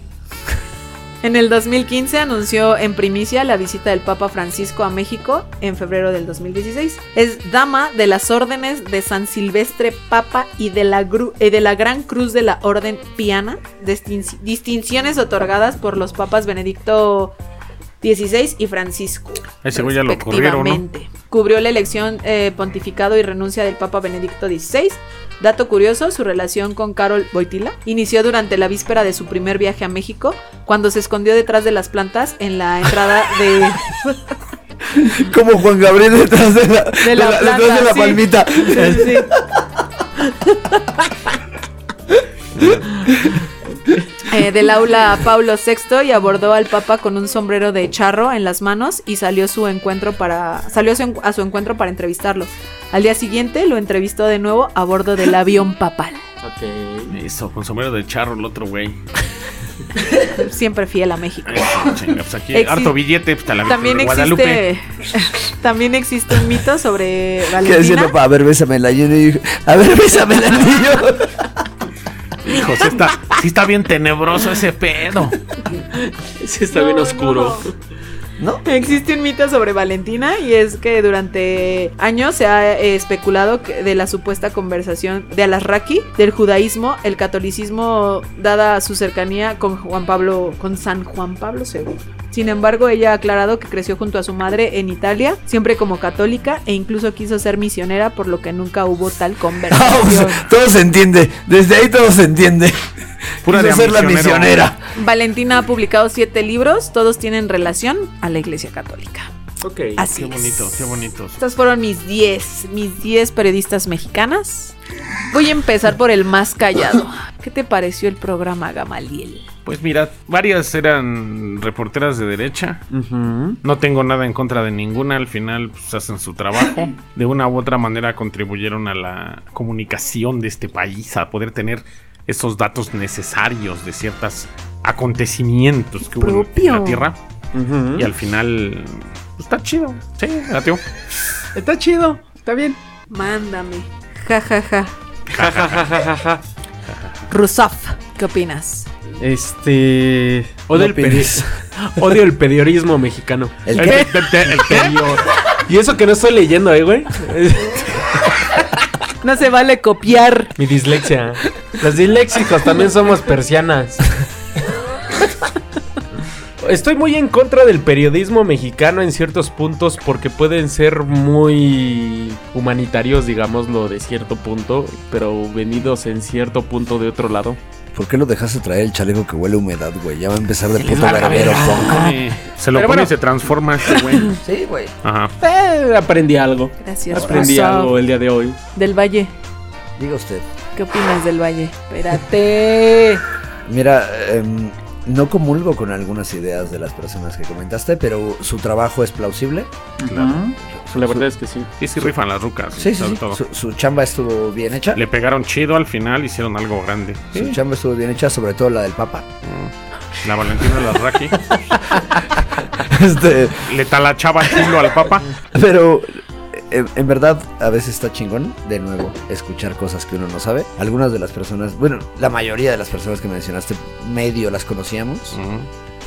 En el 2015 anunció en primicia la visita del Papa Francisco a México en febrero del 2016. Es dama de las órdenes de San Silvestre Papa y de la, gru- eh, de la Gran Cruz de la Orden Piana, distin- distinciones otorgadas por los papas Benedicto XVI y Francisco. A ese güey ya lo corrieron, ¿no? respectivamente. Cubrió la elección eh, pontificado y renuncia del Papa Benedicto XVI. Dato curioso, su relación con Carol Boitila inició durante la víspera de su primer viaje a México, cuando se escondió detrás de las plantas en la entrada de... Como Juan Gabriel detrás de la, De la de la- detrás planta, de la sí. palmita. Sí. Eh, del aula a Pablo VI y abordó al Papa con un sombrero de charro en las manos y salió, su encuentro para, salió a su en- a su encuentro para entrevistarlo. Al día siguiente lo entrevistó de nuevo a bordo del avión papal. Ok. Eso, con sombrero de charro el otro güey. Siempre fiel a México. (laughs) Eso, chinga, pues aquí Exi- harto billete, pues a la También de Guadalupe. existe, (laughs) también existe un mito sobre ¿Qué decía Valentina. papá? A ver, bésamela. Y yo le dije, a ver, bésamela. (laughs) Y yo, Hijo, sí está, sí está bien tenebroso ese pedo. Sí, está bien No, oscuro. ¿No? Existe un mito sobre Valentina y es que durante años se ha eh, especulado que- de la supuesta conversación de Alasraqui, del judaísmo, el catolicismo, dada su cercanía con Juan Pablo, con San Juan Pablo II. Sin embargo, ella ha aclarado que creció junto a su madre en Italia, siempre como católica e incluso quiso ser misionera, por lo que nunca hubo tal (laughs) Ah, pues, conversación. todo se entiende. Desde ahí todo se entiende. Pura Quiso de ser la misionero. misionera. Valentina ha publicado siete libros, todos tienen relación a la Iglesia Católica. Ok. Así Qué es. bonito, qué bonito. Estas fueron mis 10, mis 10 periodistas mexicanas. Voy a empezar por el más (coughs) callado. ¿Qué te pareció el programa Gamaliel? Pues mira, varias eran reporteras de derecha. No tengo nada en contra de ninguna. Al final, pues hacen (laughs) su trabajo. De una u otra manera contribuyeron a la comunicación de este país, a poder tener esos datos necesarios de ciertos acontecimientos que hubo en- en Propio. la Tierra. Ujú. Y al final, pues, está chido. Sí, latió. Está chido. Está bien. Mándame. Ja, ja, ja. Ja, ja, ja, ja, ja, ja. Rusaf, ¿qué opinas? Este. Odio, No el, peri- opines. (laughs) odio el periorismo mexicano. ¿El El- qué? el- el- el- Perio- Y eso que no estoy leyendo, eh, (laughs) güey. No se vale copiar. Mi dislexia. Los disléxicos también somos persianas. Estoy muy en contra del periodismo mexicano en ciertos puntos porque pueden ser muy humanitarios, digámoslo, de cierto punto, pero venidos en cierto punto de otro lado. ¿Por qué lo dejaste traer el chaleco que huele a humedad, güey? Ya va a empezar de puto va la barbero punk. eh, se lo Pero pone bueno. y se transforma (laughs) este güey. Sí, güey. Ajá. Eh, aprendí algo. Gracias, aprendí Rusaf. algo eh. el día de hoy. Del Valle, Diga usted. ¿qué opinas del Valle? Espérate. Mira, em, no comulgo con algunas ideas de las personas que comentaste, pero su trabajo es plausible. La verdad es que sí. Sí, sí, rifan las rucas. Sí, sí, sobre sí. todo. Su, su chamba estuvo bien hecha. Le pegaron chido al final, hicieron algo grande. Su chamba estuvo bien hecha, sobre todo la del Papa. (laughs) La Valentina Larraqui Este, le talachaba chulo al Papa. pero en, en verdad a veces está chingón de nuevo escuchar cosas que uno no sabe. Algunas de las personas, bueno, la mayoría de las personas que mencionaste medio las conocíamos,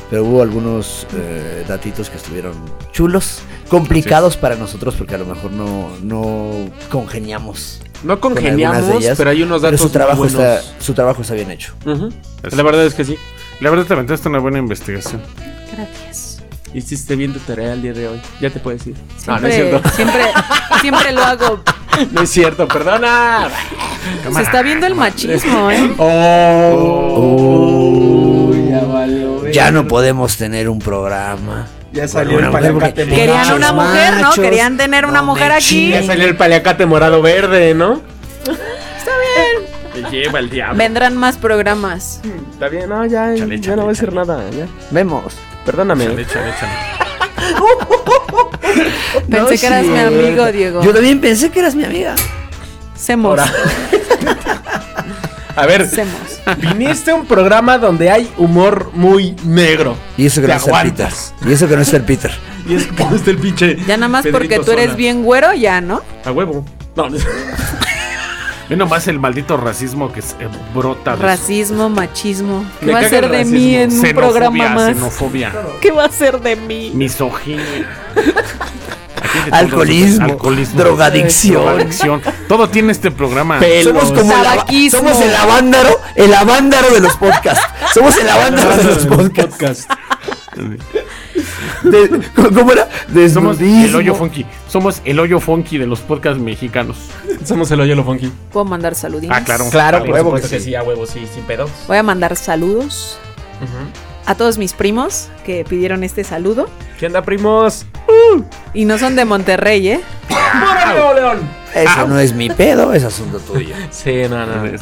pero hubo algunos eh, datitos que estuvieron chulos, complicados para nosotros porque a lo mejor no, no congeniamos. No con algunas congeniamos, de ellas, pero hay unos pero datos su trabajo muy está, buenos. su trabajo está bien hecho. Ujú. Eso La verdad es que sí. La verdad te aventaste una buena investigación. Gracias. Hiciste bien tu tarea el día de hoy. Ya te puedes ir. Ah, No, no es Siempre, cierto. siempre, siempre lo hago. No es cierto, perdona. Se está viendo el machismo, ¿eh? Oh, ya valió. ver. Ya no podemos tener un programa. Ya Con una mujer, porque Querían machos, una mujer, ¿no? machos. Querían tener una No mujer me aquí. Ya salió el paliacate morado verde, ¿no? Está bien. Te lleva el diablo. Vendrán más programas. Está bien, no, ya, Échale, ya no va a échale, decir nada. Ya. Vemos. Échale, Perdóname. échale, échale. Pensé que eras mi amigo, Diego. Yo también pensé que eras mi amiga. Semos. A ver, Hacemos. viniste a un programa donde hay humor muy negro. Y eso que Te no es ser Peter. aguantas. Y eso que no es ser (laughs) Peter. Y es que no está el pinche. Ya nada más Pedrito porque tú eres Sola. bien güero, ya, ¿no? A huevo. No, no. Ve nomás el maldito racismo que se brota de Racismo, machismo. ¿Qué Me va a caga ser el de racismo. mí en un xenofobia, programa más? xenofobia, ¿Qué va a ser de mí? misoginia. Aquí de todo, Alcoholismo, alcoholismo, drogadicción. drogadicción. Todo tiene este programa. Somos como el, ava- Tabaquismo. somos el avándaro, el avándaro de los podcasts. Somos el avándaro de los podcasts. podcast. De- ¿Cómo era? Somos el Desnudismo. hoyo funky. Somos el hoyo funky de los podcasts mexicanos. Somos el hoyo lo funky. Puedo mandar saludines. Ah, claro. Claro, Vale. huevo que supuesto sí. a huevo, sí, sin pedos. Voy a mandar saludos a todos mis primos que pidieron este saludo. ¿Qué onda, primos? Y no son de Monterrey, ¿eh? ¡Órale, León! Eso no es mi pedo, es asunto tuyo. Sí, no, no. Es-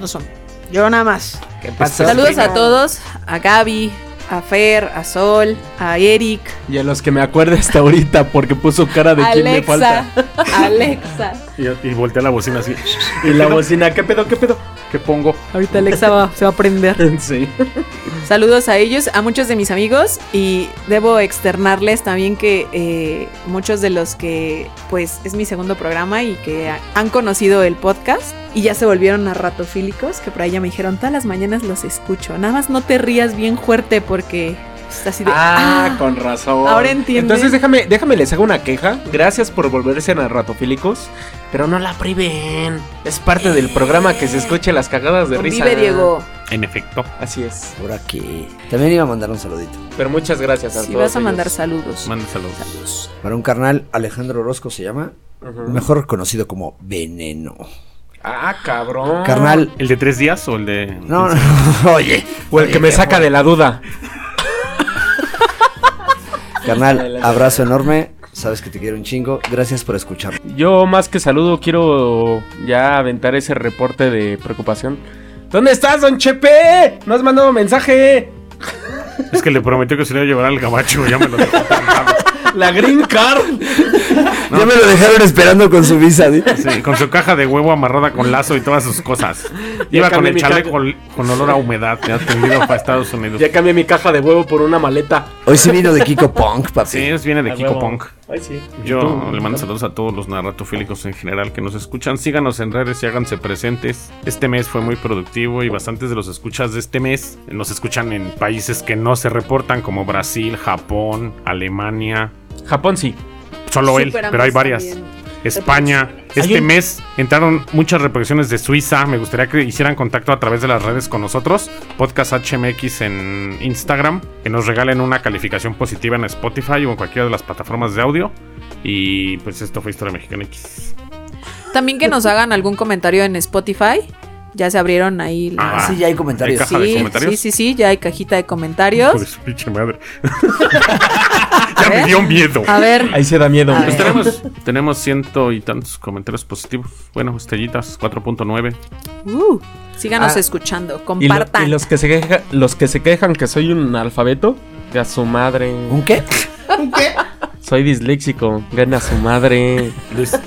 No son. Yo nada más. Pues, ¿Qué Saludos a todos, a Gaby, a Fer, a Sol, a Eric, Y a los que me acuerdo hasta ahorita, porque puso cara de quién le Alexa, (laughs) falta. Alexa. Y, y voltea la bocina así. Y (laughs) la bocina, ¿qué pedo, qué pedo? ¿Qué pongo? Ahorita Alexa va- se va a prender. (laughs) Sí. Saludos a ellos, a muchos de mis amigos y debo externarles también que eh, muchos de los que pues es mi segundo programa y que ha- han conocido el podcast y ya se volvieron narratofílicos, que por ahí ya me dijeron todas las mañanas los escucho, nada más no te rías bien fuerte porque está así de... Ah, "Ah". con razón. Ahora entienden. Entonces déjame, déjame les hago una queja. Gracias por volverse narratofílicos, pero no la priven. Es parte del programa que se escuche las cagadas de risa. Eh. Convive, Diego. En efecto. Así es. Por aquí. También iba a mandar un saludito. Pero muchas gracias a Si todos vas a mandar ellos. saludos. Manda saludos. Para un carnal, Alejandro Orozco se llama. Ujú. Mejor conocido como Veneno. Ah, cabrón. Carnal. ¿El de tres días o el de.? No, no, (laughs) oye. O el que eh, me saca de la duda. Carnal, abrazo enorme. Sabes que te quiero un chingo. Gracias por escucharme. Yo más que saludo quiero ya aventar ese reporte de preocupación. ¿Dónde estás, don Chepe? No has mandado mensaje. Es que le prometió que se le iba a llevar al gabacho. Ya me lo dejó. colgado. La green card. Ya me lo dejaron esperando con su visa. ¿sí? Sí, con su caja de huevo amarrada con lazo y todas sus cosas. Iba acá con el mi caja- chaleco l- con olor a humedad. Ya atendido para Estados Unidos. (laughs) Ya cambié mi caja de huevo por una maleta. Hoy sí vino de Kiko Punk, papi. Sí, es viene de A Kiko Ah, huevo. Punk. Ay, sí. Yo ¿Y tú? le mando saludos a todos los narratofílicos en general que nos escuchan. Síganos en redes y háganse presentes. Este mes fue muy productivo y bastantes de los escuchas de este mes nos escuchan en países que no se reportan como Brasil, Japón, Alemania. Japón sí. Solo él, Superamos pero hay varias. también. España. Este Hay un- mes entraron muchas reproducciones de Suiza. Me gustaría que hicieran contacto a través de las redes con nosotros. Podcast HMX en Instagram. Que nos regalen una calificación positiva en Spotify o en cualquiera de las plataformas de audio. Y pues esto fue Historia Mexicana X. También que nos hagan algún comentario en Spotify. Ya se abrieron ahí las... Ah, Sí, ya hay ¿Hay comentarios. caja de Sí, comentarios? sí, sí, sí, ya hay cajita de Hijo de comentarios. su (laughs) pinche madre. ya me dio miedo. A ver, Ahí se da miedo. A Pues ver. tenemos, tenemos ciento y tantos comentarios positivos. Bueno, estrellitas, 4.9. Uh, síganos Ah. escuchando, Y, lo- compartan. y los que se quejan, los que se quejan que soy un alfabeto, que a su madre. ¿Un qué? Soy disléxico, gana a su madre. Luis,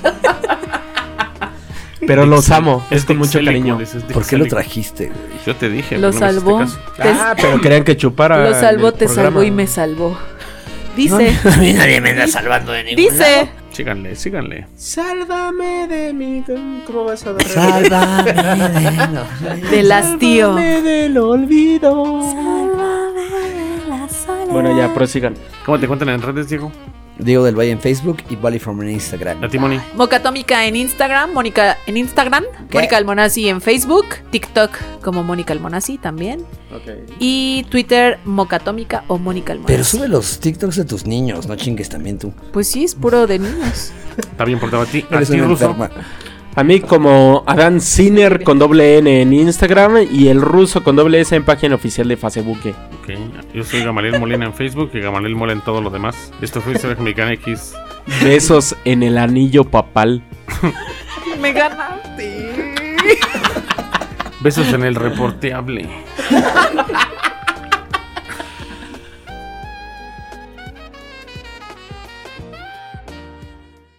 Pero los amo, es este con mucho exélico, cariño. Luis, este ¿Por qué lo exélico. trajiste? güey? Yo te dije. Lo no me hiciste salvó. caso. Te- Ah, pero querían que chupara. lo salvó, en el te salvó programa. y me salvó. Dice, (laughs) A mí nadie me anda salvando de ningún dice, Síganle, síganle. Sálvame de mi. ¿Cómo vas a (laughs) dormir? Sálvame. (laughs) de- del hastío. Sálvame del olvido. Bueno, ya prosigan. ¿Cómo te cuentan en redes, Diego? Diego del Valle en Facebook y Valley from en Instagram. A ti, Moni. Moca Atómica en Instagram, Mónica en Instagram, ¿Qué? Mónica Almonazzi en Facebook, TikTok como Mónica Almonazzi también y Twitter Moca Atómica o Mónica Pero Almonazzi. sube los TikToks de tus niños, no chingues también tú. Pues sí, es puro de niños. Está bien portado a ti. A Eres ti, una ruso. enferma. A mí como Adán Sinner con doble N en Instagram y el ruso con doble S en página oficial de Facebook. Ok, Yo soy Gamaliel Molina en Facebook y Gamaliel Mola en todo lo demás. Esto fue Historia Mexicana X. Besos en el anillo papal. Me ganaste. Besos en el reporteable.